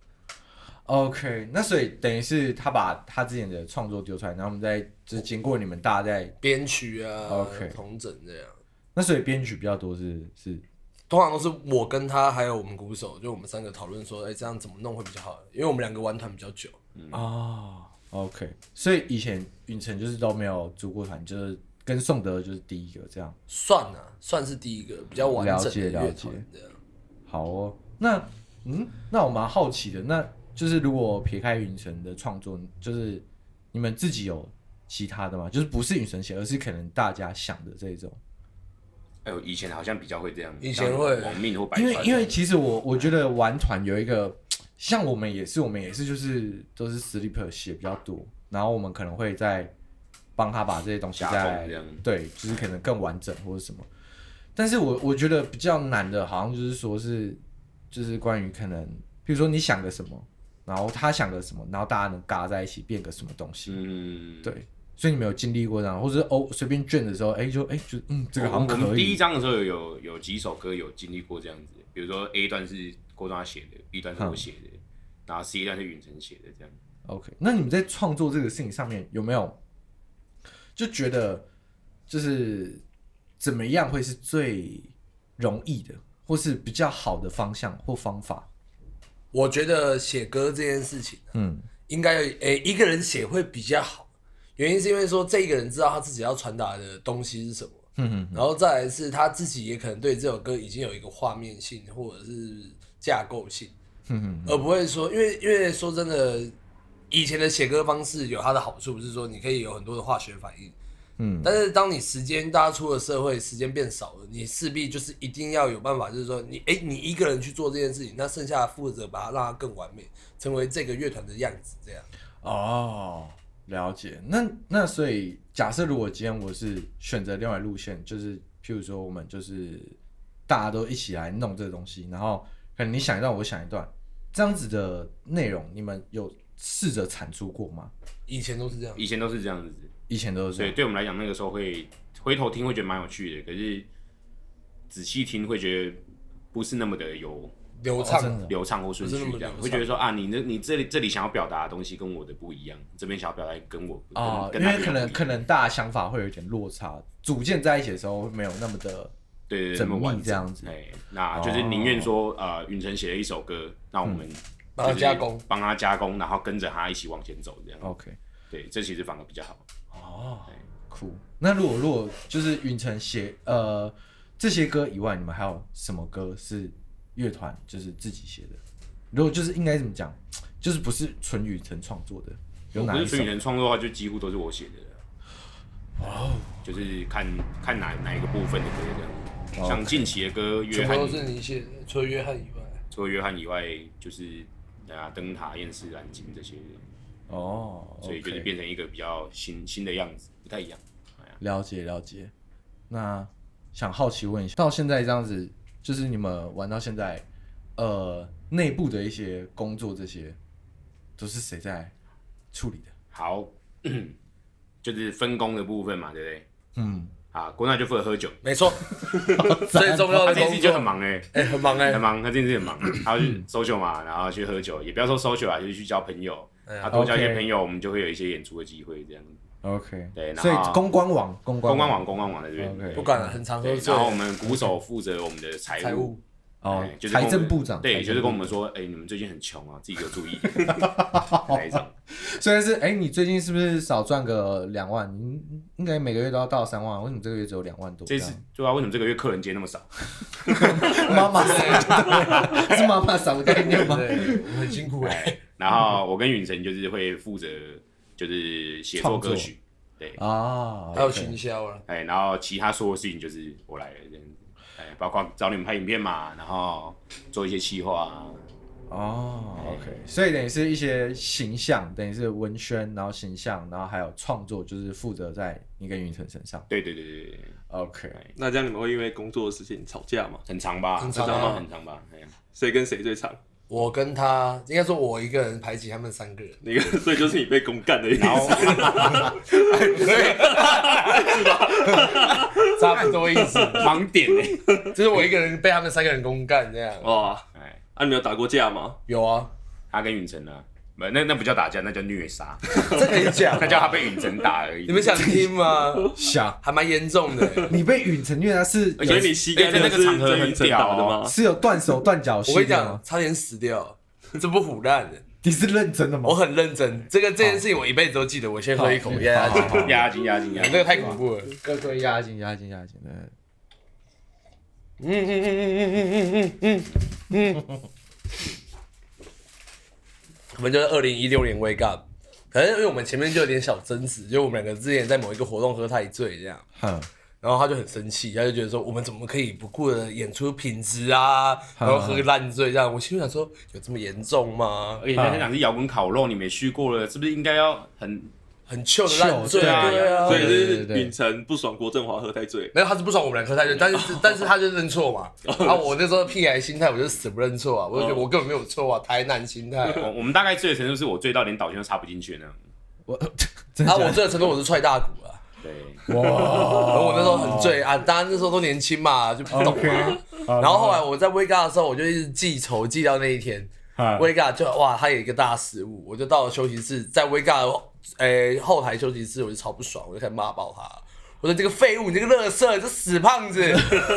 [SPEAKER 2] OK，那所以等于是他把他之前的创作丢出来，然后我们再就是经过你们大家在，
[SPEAKER 5] 编曲啊
[SPEAKER 2] OK
[SPEAKER 5] 同整这样，
[SPEAKER 2] 那所以编曲比较多是是
[SPEAKER 5] 通常都是我跟他还有我们鼓手，就我们三个讨论说，哎、这样怎么弄会比较好？因为我们两个玩团比较久，
[SPEAKER 2] 哦，OK，所以以前允晨就是都没有组过团，就是跟宋德就是第一个这样。
[SPEAKER 5] 算啊，算是第一个比较完
[SPEAKER 2] 了
[SPEAKER 5] 整的乐
[SPEAKER 2] 解了
[SPEAKER 5] 团
[SPEAKER 2] 解
[SPEAKER 5] 这样。
[SPEAKER 2] 好哦，那嗯，那我蛮好奇的，那就是如果撇开允晨的创作，就是你们自己有其他的吗？就是不是允晨写，而是可能大家想的这一种。
[SPEAKER 3] 哎呦，以前好像比较会这样，
[SPEAKER 5] 以前会
[SPEAKER 3] 亡命或白
[SPEAKER 2] 因为
[SPEAKER 3] 穿
[SPEAKER 2] 因为其实我我觉得玩团有一个，像我们也是，我们也是就是都是 sleeper 写比较多，然后我们可能会在帮他把这些东西
[SPEAKER 3] 加工
[SPEAKER 2] 再
[SPEAKER 3] 这样
[SPEAKER 2] 对，就是可能更完整或者什么。但是我我觉得比较难的，好像就是说是就是关于可能，比如说你想个什么，然后他想个什么，然后大家能嘎在一起变个什么东西。
[SPEAKER 3] 嗯，
[SPEAKER 2] 对，所以你们有经历过这样，或者是哦随便卷的时候，哎、就哎、就嗯这个好像
[SPEAKER 3] 我们
[SPEAKER 2] 可
[SPEAKER 3] 第一
[SPEAKER 2] 以，
[SPEAKER 3] 章的时候有有几首歌有经历过这样子，比如说 A 段是郭庄他写的，B 段是
[SPEAKER 2] 嗯
[SPEAKER 3] 我写的，然后 C 段是允晨写的，这样
[SPEAKER 2] OK，那你们在创作这个事情上面有没有就觉得就是怎么样会是最容易的，或是比较好的方向或方法？
[SPEAKER 5] 我觉得写歌这件事情，啊
[SPEAKER 2] 嗯，
[SPEAKER 5] 应该诶、一个人写会比较好，原因是因为说这一个人知道他自己要传达的东西是什么，
[SPEAKER 2] 嗯
[SPEAKER 5] 然后再来是他自己也可能对这首歌已经有一个画面性或者是架构性，
[SPEAKER 2] 嗯
[SPEAKER 5] 而不会说，因为因为说真的，以前的写歌方式有它的好处，是说你可以有很多的化学反应，
[SPEAKER 2] 嗯
[SPEAKER 5] 但是当你时间大家出了社会，时间变少了，你势必就是一定要有办法，就是说你哎、你一个人去做这件事情，那剩下负责把它让它更完美，成为这个乐团的样子，这样。
[SPEAKER 2] 哦，了解。那那所以假设如果今天我是选择另外路线，就是譬如说我们就是大家都一起来弄这个东西，然后可能你想一段，我想一段，这样子的内容，你们有试着产出过吗？
[SPEAKER 5] 以前都是这样，
[SPEAKER 3] 以前都是这样子，
[SPEAKER 2] 以前都是这
[SPEAKER 3] 所以
[SPEAKER 2] 样。
[SPEAKER 3] 对我们来讲，那个时候会回头听会觉得蛮有趣的，可是仔细听会觉得不是那么的有
[SPEAKER 5] 流畅、
[SPEAKER 2] 哦真的
[SPEAKER 3] 流畅或顺序
[SPEAKER 5] 不是那么
[SPEAKER 3] 这样，
[SPEAKER 5] 流畅
[SPEAKER 3] 会觉得说啊，你那你这里这里想要表达的东西跟我的不一样，这边想要表达跟我跟
[SPEAKER 2] 啊、
[SPEAKER 3] 跟
[SPEAKER 2] 因
[SPEAKER 3] 他
[SPEAKER 2] 为
[SPEAKER 3] 比
[SPEAKER 2] 可
[SPEAKER 3] 较不
[SPEAKER 2] 能
[SPEAKER 3] 一
[SPEAKER 2] 可
[SPEAKER 3] 样
[SPEAKER 2] 能大家想法会有一点落差，组建在一起的时候没有那么的
[SPEAKER 3] 对对对
[SPEAKER 2] 缜
[SPEAKER 3] 那么
[SPEAKER 2] 密
[SPEAKER 3] 完整
[SPEAKER 2] 这样哦子
[SPEAKER 3] 哎，那就是宁愿说、呃，允晨写了一首歌，那我
[SPEAKER 2] 嗯
[SPEAKER 3] 们
[SPEAKER 5] 帮他
[SPEAKER 3] 就是
[SPEAKER 5] 加工
[SPEAKER 3] 帮他加工，然后跟着他一起往前走，这样。
[SPEAKER 2] OK
[SPEAKER 3] 对，这其实反而比较好。
[SPEAKER 2] 哦
[SPEAKER 3] 对，
[SPEAKER 2] 酷。那如果如果就是云晨写呃这些歌以外，你们还有什么歌是乐团就是自己写的？如果就是应该怎么讲，就是不是纯雨晨创作的，有
[SPEAKER 3] 如
[SPEAKER 2] 哪
[SPEAKER 3] 果哦不
[SPEAKER 2] 一
[SPEAKER 3] 是
[SPEAKER 2] 首
[SPEAKER 3] 纯？语人创作的话，就几乎都是我写的了。哦，就是看看哪哪一个部分的歌这样。像近期的歌，约
[SPEAKER 5] 全部
[SPEAKER 3] 翰
[SPEAKER 5] 都是你写的，除了约翰以外。
[SPEAKER 3] 除了约翰以外，就是啊灯塔、厌世、蓝鲸这些，
[SPEAKER 2] 哦，OK，
[SPEAKER 3] 所以就是变成一个比较新新的样子，不太一样。哎呀
[SPEAKER 2] 了解了解。那想好奇问一下，到现在这样子，就是你们玩到现在，呃，内部的一些工作这些，都是谁在处理的？
[SPEAKER 3] 好， 就是分工的部分嘛，对不对？
[SPEAKER 2] 嗯，
[SPEAKER 3] 啊，郭娜就负责喝酒，
[SPEAKER 5] 没错，最重要
[SPEAKER 3] 他这
[SPEAKER 5] 的
[SPEAKER 3] 件
[SPEAKER 5] 工
[SPEAKER 3] 事
[SPEAKER 5] 作
[SPEAKER 3] 就很，忙哎、
[SPEAKER 5] 哎、很忙哎、
[SPEAKER 3] 很忙，他这件事很忙，他要去 social 嘛，然后去喝酒，也不要说 social 啊，就是去交朋友，
[SPEAKER 5] 哎呀
[SPEAKER 3] 他多交一些
[SPEAKER 2] OK
[SPEAKER 3] 朋友，我们就会有一些演出的机会这样。
[SPEAKER 2] OK，
[SPEAKER 3] 对然后
[SPEAKER 2] 所以公关网，公关
[SPEAKER 3] 公关网，公关网在这边
[SPEAKER 2] OK
[SPEAKER 3] 对
[SPEAKER 5] 不管了，很常喝
[SPEAKER 3] 对，
[SPEAKER 5] 醉
[SPEAKER 3] 然。后我们鼓手负责我们的财
[SPEAKER 5] 财务，
[SPEAKER 2] 哦
[SPEAKER 3] 哎，就是跟我
[SPEAKER 2] 财政
[SPEAKER 3] 们
[SPEAKER 2] 部长，
[SPEAKER 3] 对，就是
[SPEAKER 2] 财政
[SPEAKER 3] 跟
[SPEAKER 2] 部
[SPEAKER 3] 我们说，哎，你们最近很穷啊，自己给我 注意一点，那一种。
[SPEAKER 2] 虽然是哎，你最近是不是少赚个两万？你应应该每个月都要到三万，为什么这个月只有两万多？
[SPEAKER 3] 这次对啊，为什么这个月客人接那 么少？
[SPEAKER 2] 这样妈妈 少，是妈妈少的概念吗？
[SPEAKER 5] 对，我们很辛苦哎、
[SPEAKER 3] 然后我跟允晨就是会负责就是写作
[SPEAKER 2] 创作
[SPEAKER 3] 歌曲，对，
[SPEAKER 2] 啊，
[SPEAKER 5] 还有
[SPEAKER 2] OK
[SPEAKER 5] 行销啊，
[SPEAKER 3] 哎，然后其他所有事情就是我来了这样子，哎，包括找你们拍影片嘛，然后做一些企划啊，
[SPEAKER 2] 哦
[SPEAKER 3] 哎
[SPEAKER 2] ，OK，所以等于是一些形象，等于是文宣，然后形象，然后还有创作，就是负责在你跟云晨身上。
[SPEAKER 3] 对对对对对，
[SPEAKER 2] OK，
[SPEAKER 4] 那这样你们会因为工作的事情吵架吗？
[SPEAKER 3] 很长吧，
[SPEAKER 5] 很长
[SPEAKER 3] 这
[SPEAKER 5] 啊
[SPEAKER 3] 张吧很长吧，哎呀
[SPEAKER 4] 谁跟谁最长？
[SPEAKER 5] 我跟他应该说，我一个人排挤他们 三个人。
[SPEAKER 4] 那个， 所以就是你被公干的意思。
[SPEAKER 3] 然后
[SPEAKER 5] 差不多意思，
[SPEAKER 3] 盲点哎
[SPEAKER 5] 就是我一个人被他们三个人公干这样。
[SPEAKER 4] 哇，
[SPEAKER 3] 哎，
[SPEAKER 4] 啊，你们有打过架吗？
[SPEAKER 5] 有啊，
[SPEAKER 3] 他跟允晨呢，不，那那不叫打架，那叫虐杀，
[SPEAKER 5] 这可以讲
[SPEAKER 3] 那。叫他被允晨打而已。
[SPEAKER 5] 你们想听吗？
[SPEAKER 2] 想
[SPEAKER 5] 还蛮严重 的。欸
[SPEAKER 2] 你被允晨虐他是有
[SPEAKER 4] 所以你膝盖
[SPEAKER 3] 哎在那个
[SPEAKER 4] 是
[SPEAKER 3] 场合
[SPEAKER 4] 曾
[SPEAKER 3] 很
[SPEAKER 4] 云成
[SPEAKER 3] 屌
[SPEAKER 4] 打的
[SPEAKER 3] 哦
[SPEAKER 4] 吗？
[SPEAKER 2] 是有断手断脚系
[SPEAKER 5] 我跟
[SPEAKER 2] 列
[SPEAKER 5] 你讲
[SPEAKER 2] 吗？，
[SPEAKER 5] 差点死掉，这不腐烂的。
[SPEAKER 2] 你是认真的吗
[SPEAKER 5] 我？很认真，这个这件事情我一辈子都记得。我先喝一口
[SPEAKER 2] 好
[SPEAKER 5] 压压
[SPEAKER 2] 好
[SPEAKER 5] 惊，
[SPEAKER 3] 压惊压惊压惊，
[SPEAKER 5] 这个太恐怖了。
[SPEAKER 2] 各位压进压进压进的，
[SPEAKER 5] 嗯嗯嗯嗯嗯嗯嗯嗯我们就是二零一六年 wake up，可能因为我们前面就有点小争执，就我们两个之前在某一个活动喝太醉这样。
[SPEAKER 2] 哼，
[SPEAKER 5] 然后他就很生气，他就觉得说我们怎么可以不顾的演出品质啊，然后喝个烂醉这样。我心里想说，有这么严重吗
[SPEAKER 3] 而？且那天讲是摇滚烤肉，你没去过了，是不是应该要很
[SPEAKER 5] 很糗的烂醉，
[SPEAKER 2] 糗对
[SPEAKER 3] 啊
[SPEAKER 5] 啊
[SPEAKER 4] 所。以
[SPEAKER 2] 对
[SPEAKER 4] 是
[SPEAKER 2] 对对
[SPEAKER 4] 秉承不爽郭振华喝太醉，
[SPEAKER 5] 没有，他是不爽我们两颗太醉，但是但是他就认错嘛。啊，我那时候屁孩心态，我就死不认错啊，我就觉得我根本没有错啊，台南心态啊。
[SPEAKER 3] 我我们大概醉的程度是我醉到连导线都插不进去那样。
[SPEAKER 2] 我真的
[SPEAKER 5] 啊，
[SPEAKER 2] 假
[SPEAKER 5] 我
[SPEAKER 2] 的
[SPEAKER 5] 这个程度我是踹大鼓啊，
[SPEAKER 3] 对，
[SPEAKER 2] 哦
[SPEAKER 5] 然后我那时候很醉啊，当然那时候都年轻嘛，就不懂嘛。然后后来我在 Wake Up 的时候，我就一直记仇，记到那一天。
[SPEAKER 2] 嗨
[SPEAKER 5] Wake Up 就哇，他有一个大失误，我就到了休息室，在 Wake Up 诶、后台休息室，我就超不爽，我就开始骂爆他。我说你这个废物，你这个乐色，你这死胖子，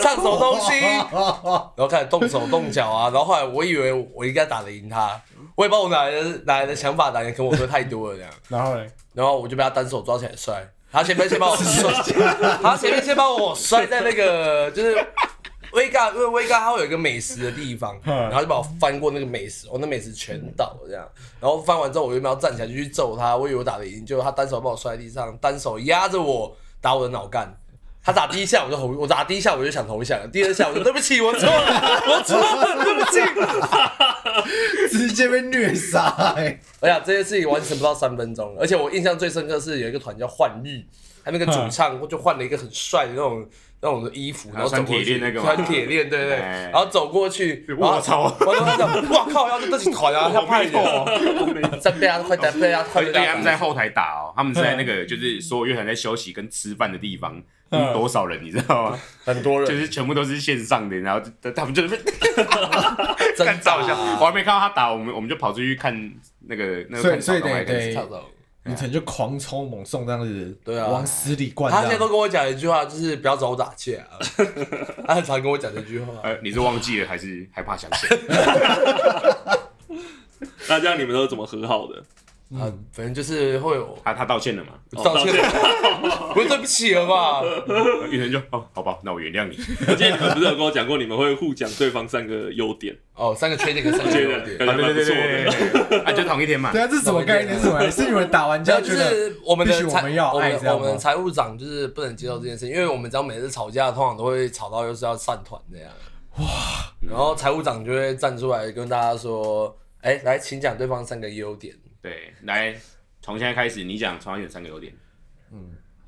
[SPEAKER 5] 唱什么东西？ 然后开始动手动脚啊。然后后来我以为我应该打得赢他，我也不知道我哪来的哪来的想法打赢，可能我喝太多了这样。
[SPEAKER 2] 然后 嘞，
[SPEAKER 5] 然后我就被他单手抓起来摔，他前面先把我摔，他前面先把我摔在那个就是威嘎，因为威嘎它会有一个美食的地方，
[SPEAKER 2] 嗯
[SPEAKER 5] 然后就把我翻过那个美食，哦我那美食全倒了这样，然后翻完之后我原本要站起来就去揍他，我以为我打得赢，结果他单手把我摔在地上，单手压着我打我的脑干。他打第一下我就投，我打第一下我就想投降，第二下我就对不起，我错了，我错了，对不起。
[SPEAKER 2] 直接被虐杀、欸，
[SPEAKER 5] 我哎想这件事情完成不到三分钟，而且我印象最深刻是有一个团叫幻日，他那个主唱就换了一个很帅的那种那种衣服，然后
[SPEAKER 3] 啊
[SPEAKER 5] 走
[SPEAKER 3] 穿
[SPEAKER 5] 过去
[SPEAKER 3] 铁链那个吗
[SPEAKER 5] 穿铁链，对对对，
[SPEAKER 3] 哎
[SPEAKER 5] 然后走过去，然后
[SPEAKER 3] 我操
[SPEAKER 5] 我就想，哇靠，要是这起 团啊，要派 我，再被他啊快点被他快
[SPEAKER 3] 而且
[SPEAKER 5] 点啊被
[SPEAKER 3] 他
[SPEAKER 5] 他
[SPEAKER 3] 们在后台打哦，他们是在那个就是所有乐团在休息跟吃饭的地方，他们多少人你知道吗？
[SPEAKER 5] 很多
[SPEAKER 3] 就
[SPEAKER 5] 人
[SPEAKER 3] 是全部都是线上的，然后就他们就在那边
[SPEAKER 5] 真
[SPEAKER 3] 干照一下，
[SPEAKER 5] 打
[SPEAKER 3] 我还没看到他打，我们我们就跑出去看那个那个
[SPEAKER 2] 所以
[SPEAKER 3] 看
[SPEAKER 2] 所以
[SPEAKER 3] 场外
[SPEAKER 2] 得
[SPEAKER 3] 跟
[SPEAKER 2] 得
[SPEAKER 5] 跳蚤
[SPEAKER 2] 雨辰就狂抽猛送这样子，
[SPEAKER 5] 对啊
[SPEAKER 2] 往死里灌这
[SPEAKER 5] 他
[SPEAKER 2] 样。
[SPEAKER 5] 现在都跟我讲一句话，就是不要找我打气啊，他很常跟我讲这句话。
[SPEAKER 3] 呃，你是忘记了还是害怕想起来？
[SPEAKER 4] 那这样你们都是怎么和好的？
[SPEAKER 5] 啊，反正就是会有
[SPEAKER 3] 他他嗯哦道歉了嘛？
[SPEAKER 5] 道歉， 不是对不起了吧？
[SPEAKER 3] 呃玉成就哦，好吧，那我原谅你。
[SPEAKER 4] 我记得你们不是有跟我讲过，你们会互讲对方三个优点，
[SPEAKER 5] 哦，三 个缺点跟三个
[SPEAKER 4] 觉
[SPEAKER 5] 优
[SPEAKER 4] 得
[SPEAKER 5] 点。
[SPEAKER 4] 感
[SPEAKER 3] 啊，
[SPEAKER 4] 觉
[SPEAKER 3] 对
[SPEAKER 4] 蛮不
[SPEAKER 3] 对
[SPEAKER 4] 错
[SPEAKER 3] 对
[SPEAKER 4] 的。
[SPEAKER 3] 对对，啊，就同一天 嘛
[SPEAKER 2] 对。啊，这是什么概念？是什么？是你们打完架
[SPEAKER 5] 就
[SPEAKER 2] 觉 得
[SPEAKER 5] 是我们
[SPEAKER 2] 必须
[SPEAKER 5] 的
[SPEAKER 2] 我
[SPEAKER 5] 财
[SPEAKER 2] 们要
[SPEAKER 5] 我
[SPEAKER 2] 爱
[SPEAKER 5] 们
[SPEAKER 2] 这样
[SPEAKER 5] 我们的
[SPEAKER 2] 吗
[SPEAKER 5] 财务长就是不能接受这件事，因为我们只要每次吵架，通常都会吵到就是要散团这样。哇！然后财务长就会站出来跟大家说：“哎、来，请讲对方三个优点。
[SPEAKER 3] 对，来，从现在开始，你讲从哪选三个优点？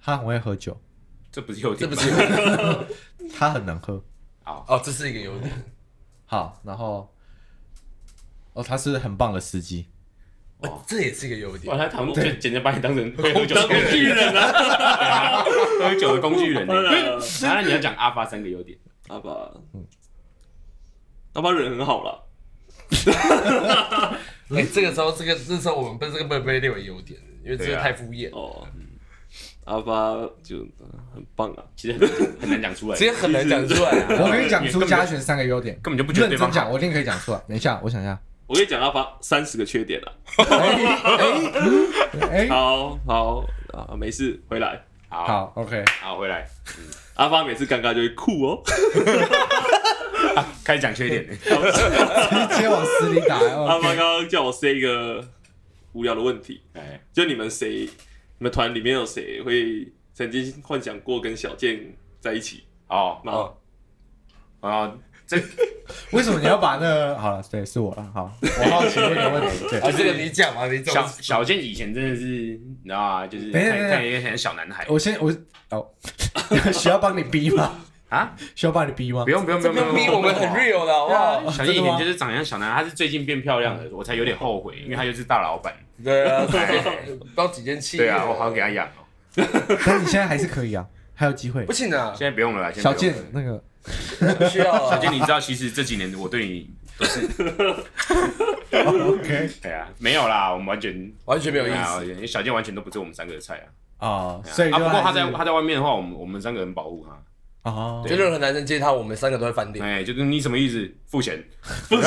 [SPEAKER 2] 他很会喝酒，
[SPEAKER 3] 这不是优”
[SPEAKER 5] 这
[SPEAKER 3] 点
[SPEAKER 5] 不
[SPEAKER 3] 吧，
[SPEAKER 5] 是
[SPEAKER 2] 他很能喝。
[SPEAKER 5] 哦，这是一个优点。
[SPEAKER 2] 好，然后哦，他是很棒的司 机，
[SPEAKER 5] 哦，这也是一个优
[SPEAKER 3] 哇，
[SPEAKER 5] 点。
[SPEAKER 3] 他堂就简直把你当成会喝酒的
[SPEAKER 4] 当工
[SPEAKER 3] 工具
[SPEAKER 4] 具
[SPEAKER 3] 人，
[SPEAKER 4] 人啊！
[SPEAKER 3] 喝酒的工具人呢。
[SPEAKER 4] 当然 了
[SPEAKER 3] 然后你要讲阿发三个优点，
[SPEAKER 4] 阿爸，阿爸人很好啦，
[SPEAKER 5] 哎、这个时候，这个这时候我们被这个被被列为优点，因为这
[SPEAKER 3] 对
[SPEAKER 5] 个
[SPEAKER 3] 啊
[SPEAKER 5] 太敷衍，
[SPEAKER 4] 哦，阿爸就很棒啊。
[SPEAKER 3] 其实很很难讲出来
[SPEAKER 5] 直，接很难讲出来、啊。
[SPEAKER 2] 我可以讲出嘉璇三个优点，
[SPEAKER 3] 根本就不觉得
[SPEAKER 2] 认
[SPEAKER 3] 对方
[SPEAKER 2] 真讲，
[SPEAKER 3] 好。
[SPEAKER 2] 我一定可以讲出来。等一下，我想一 下。
[SPEAKER 4] 我跟你讲阿爸三十个缺点啊。
[SPEAKER 2] 哎、
[SPEAKER 4] 好好啊，没事，回来。
[SPEAKER 3] 好，
[SPEAKER 2] 好，OK，
[SPEAKER 3] 好，回来，嗯
[SPEAKER 4] 阿发每次尴尬就会哭哦。
[SPEAKER 3] 开始讲缺点。
[SPEAKER 2] 直接往死里 打。哎
[SPEAKER 4] 阿
[SPEAKER 3] Oh
[SPEAKER 2] o
[SPEAKER 4] 发刚刚叫我 say 一个无聊的问题，
[SPEAKER 3] 哎，
[SPEAKER 4] 就你们谁，你们团里面有谁会曾经幻想过跟小健在一起
[SPEAKER 3] 哦，
[SPEAKER 4] 吗？
[SPEAKER 5] 哦
[SPEAKER 3] 啊，这
[SPEAKER 2] 为什么你要把那个好了？对，是我了。好，我好奇这个问 题。对，
[SPEAKER 5] 啊，这个你讲嘛，你总
[SPEAKER 3] 小小健以前真的是，你知道吗？就是
[SPEAKER 2] 等一下等一
[SPEAKER 3] 看
[SPEAKER 2] 下
[SPEAKER 3] 看一个很小男孩
[SPEAKER 2] 我先我哦， 需要帮你逼吗？
[SPEAKER 3] 啊，
[SPEAKER 2] 需要帮你逼吗
[SPEAKER 3] 不？用不用不用
[SPEAKER 5] 这个逼我们很 real 的好不好？
[SPEAKER 3] 小
[SPEAKER 2] 真
[SPEAKER 3] 健
[SPEAKER 2] 的
[SPEAKER 3] 以
[SPEAKER 2] 吗
[SPEAKER 3] 前就是长得像小男孩，他是最近变漂亮了，我才有点后悔，因为他就是大老板。
[SPEAKER 5] 对啊，
[SPEAKER 3] 哎
[SPEAKER 5] 到几件气
[SPEAKER 3] 对啊，我好好给他养哦。
[SPEAKER 2] 但你现在还是可以啊，还有机会
[SPEAKER 5] 不。行啊，
[SPEAKER 3] 现在不用了啦，现在
[SPEAKER 2] 小
[SPEAKER 3] 不用
[SPEAKER 2] 健
[SPEAKER 3] 了
[SPEAKER 2] 那个
[SPEAKER 5] 不需要啊
[SPEAKER 3] 小。健，你知道其实这几年我对你
[SPEAKER 2] ，OK
[SPEAKER 3] 对啊，没有啦，我们完全
[SPEAKER 5] 完全没有意
[SPEAKER 3] 对啊
[SPEAKER 5] 思。
[SPEAKER 3] 因为小健完全都不是我们三个的菜啊。
[SPEAKER 2] 啊，
[SPEAKER 3] 对啊
[SPEAKER 2] 所以就
[SPEAKER 3] 啊，不过他
[SPEAKER 2] 还是
[SPEAKER 3] 在他在外面的话，我们我们三个人保护他。
[SPEAKER 2] 哦，
[SPEAKER 5] 就任何男生接他，我们三个都会翻脸。
[SPEAKER 3] 哎，就是你什么意思？付钱，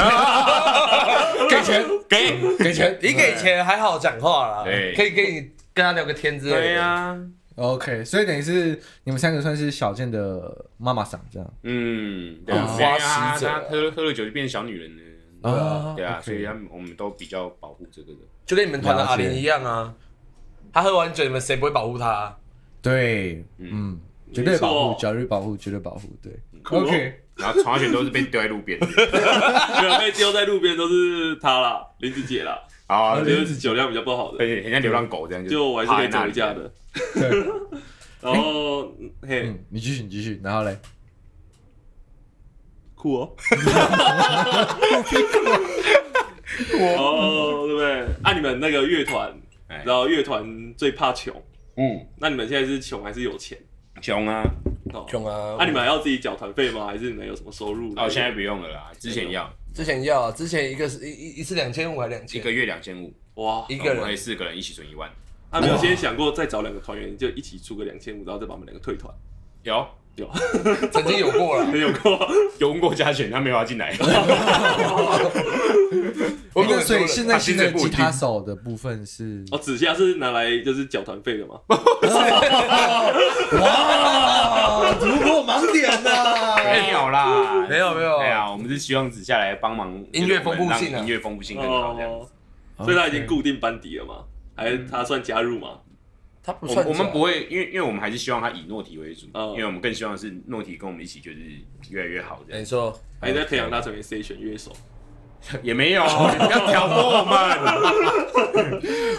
[SPEAKER 5] 给钱，
[SPEAKER 3] 给。
[SPEAKER 5] 给钱，你给钱还好讲话啦，
[SPEAKER 3] 对
[SPEAKER 5] 可以跟你跟他聊个天之类的。
[SPEAKER 3] 对啊呀，
[SPEAKER 2] OK，所以等于是你们三个算是小健的妈妈桑这样
[SPEAKER 3] 嗯，对啊，
[SPEAKER 5] 花
[SPEAKER 3] 对啊
[SPEAKER 5] 使者
[SPEAKER 3] 他喝喝了酒就变成小女人了。
[SPEAKER 2] 啊
[SPEAKER 3] 对啊，
[SPEAKER 2] OK
[SPEAKER 3] 所以他们我们都比较保护这个的。
[SPEAKER 5] 就跟你们团的阿啊林一样啊，他喝完酒，你们谁不会保护他？
[SPEAKER 2] 对，嗯，绝对保
[SPEAKER 4] 没
[SPEAKER 2] 护，
[SPEAKER 4] 错
[SPEAKER 2] 绝对保护，绝对保护，对。
[SPEAKER 4] 酷哦
[SPEAKER 2] OK，
[SPEAKER 3] 然后传话权都是被丢在路边的。
[SPEAKER 4] 没有被丢在路边都是他啦，林子姐 啦，
[SPEAKER 3] 好啊，
[SPEAKER 4] 她
[SPEAKER 3] 就
[SPEAKER 4] 就是是酒量比较不好的，
[SPEAKER 3] 对，很像流浪狗这样，
[SPEAKER 4] 就我还是可以走一
[SPEAKER 3] 趴在那
[SPEAKER 4] 架
[SPEAKER 3] 里。
[SPEAKER 4] 的。
[SPEAKER 2] 对，
[SPEAKER 4] 然后嘿，
[SPEAKER 2] 嗯，你继续，你继续，然后嘞，
[SPEAKER 4] 酷哦， 哦，对不对？啊，你们那个乐团，
[SPEAKER 3] 哎
[SPEAKER 4] 然后乐团最怕穷，
[SPEAKER 3] 嗯，
[SPEAKER 4] 那你们现在是穷还是有钱？
[SPEAKER 3] 穷啊！
[SPEAKER 4] 哦，
[SPEAKER 5] 穷啊！
[SPEAKER 4] 那、你们还要自己缴团费吗？还是你们有什么收入？
[SPEAKER 3] 哦，现在不用了啦，之前要
[SPEAKER 5] 之前要啊，之前一个是一一一次两千五还两
[SPEAKER 3] 一
[SPEAKER 5] 千，
[SPEAKER 3] 个月哎两千五，哦
[SPEAKER 4] 哇，
[SPEAKER 5] 一个
[SPEAKER 3] 我们可以
[SPEAKER 5] 人
[SPEAKER 3] 四个人一起存一万。
[SPEAKER 4] 那、啊、没有先想过再找两个团员，就一起出个两千五，然后再把我们两个退团，
[SPEAKER 3] 有
[SPEAKER 4] 有
[SPEAKER 5] 曾经有 过了，
[SPEAKER 4] 没有 过？
[SPEAKER 3] 有问过嘉选，他没有要进来。
[SPEAKER 5] 我们
[SPEAKER 2] 那所以现在
[SPEAKER 3] 啊
[SPEAKER 2] 新
[SPEAKER 3] 薪
[SPEAKER 2] 的
[SPEAKER 3] 水不
[SPEAKER 2] 吉
[SPEAKER 3] 一定
[SPEAKER 2] 他手的部分是
[SPEAKER 4] 哦，指甲是拿来就是缴团费的吗？
[SPEAKER 2] 哇，啊突破盲点啊呐！
[SPEAKER 3] 没有啦，
[SPEAKER 5] 没有没有
[SPEAKER 3] 对啊，我们是希望子下来帮忙
[SPEAKER 5] 音乐丰富性啊
[SPEAKER 3] 就是我们让音乐丰富性更好这样子。，
[SPEAKER 4] 哦所以他已经固定班底了嘛？还是他算加入嘛？
[SPEAKER 5] 他不
[SPEAKER 3] 我
[SPEAKER 5] 算
[SPEAKER 3] 们我们不
[SPEAKER 5] 会
[SPEAKER 3] 会，因为因为我们还是希望他以诺提为主，
[SPEAKER 4] 嗯
[SPEAKER 3] 因为我们更希望是诺提跟我们一起就是越来越好这
[SPEAKER 5] 没
[SPEAKER 3] 样。
[SPEAKER 5] 错，
[SPEAKER 4] 还是在培养他成为 C 选乐手？
[SPEAKER 2] 哎
[SPEAKER 3] 也没有，你不要挑拨我 们。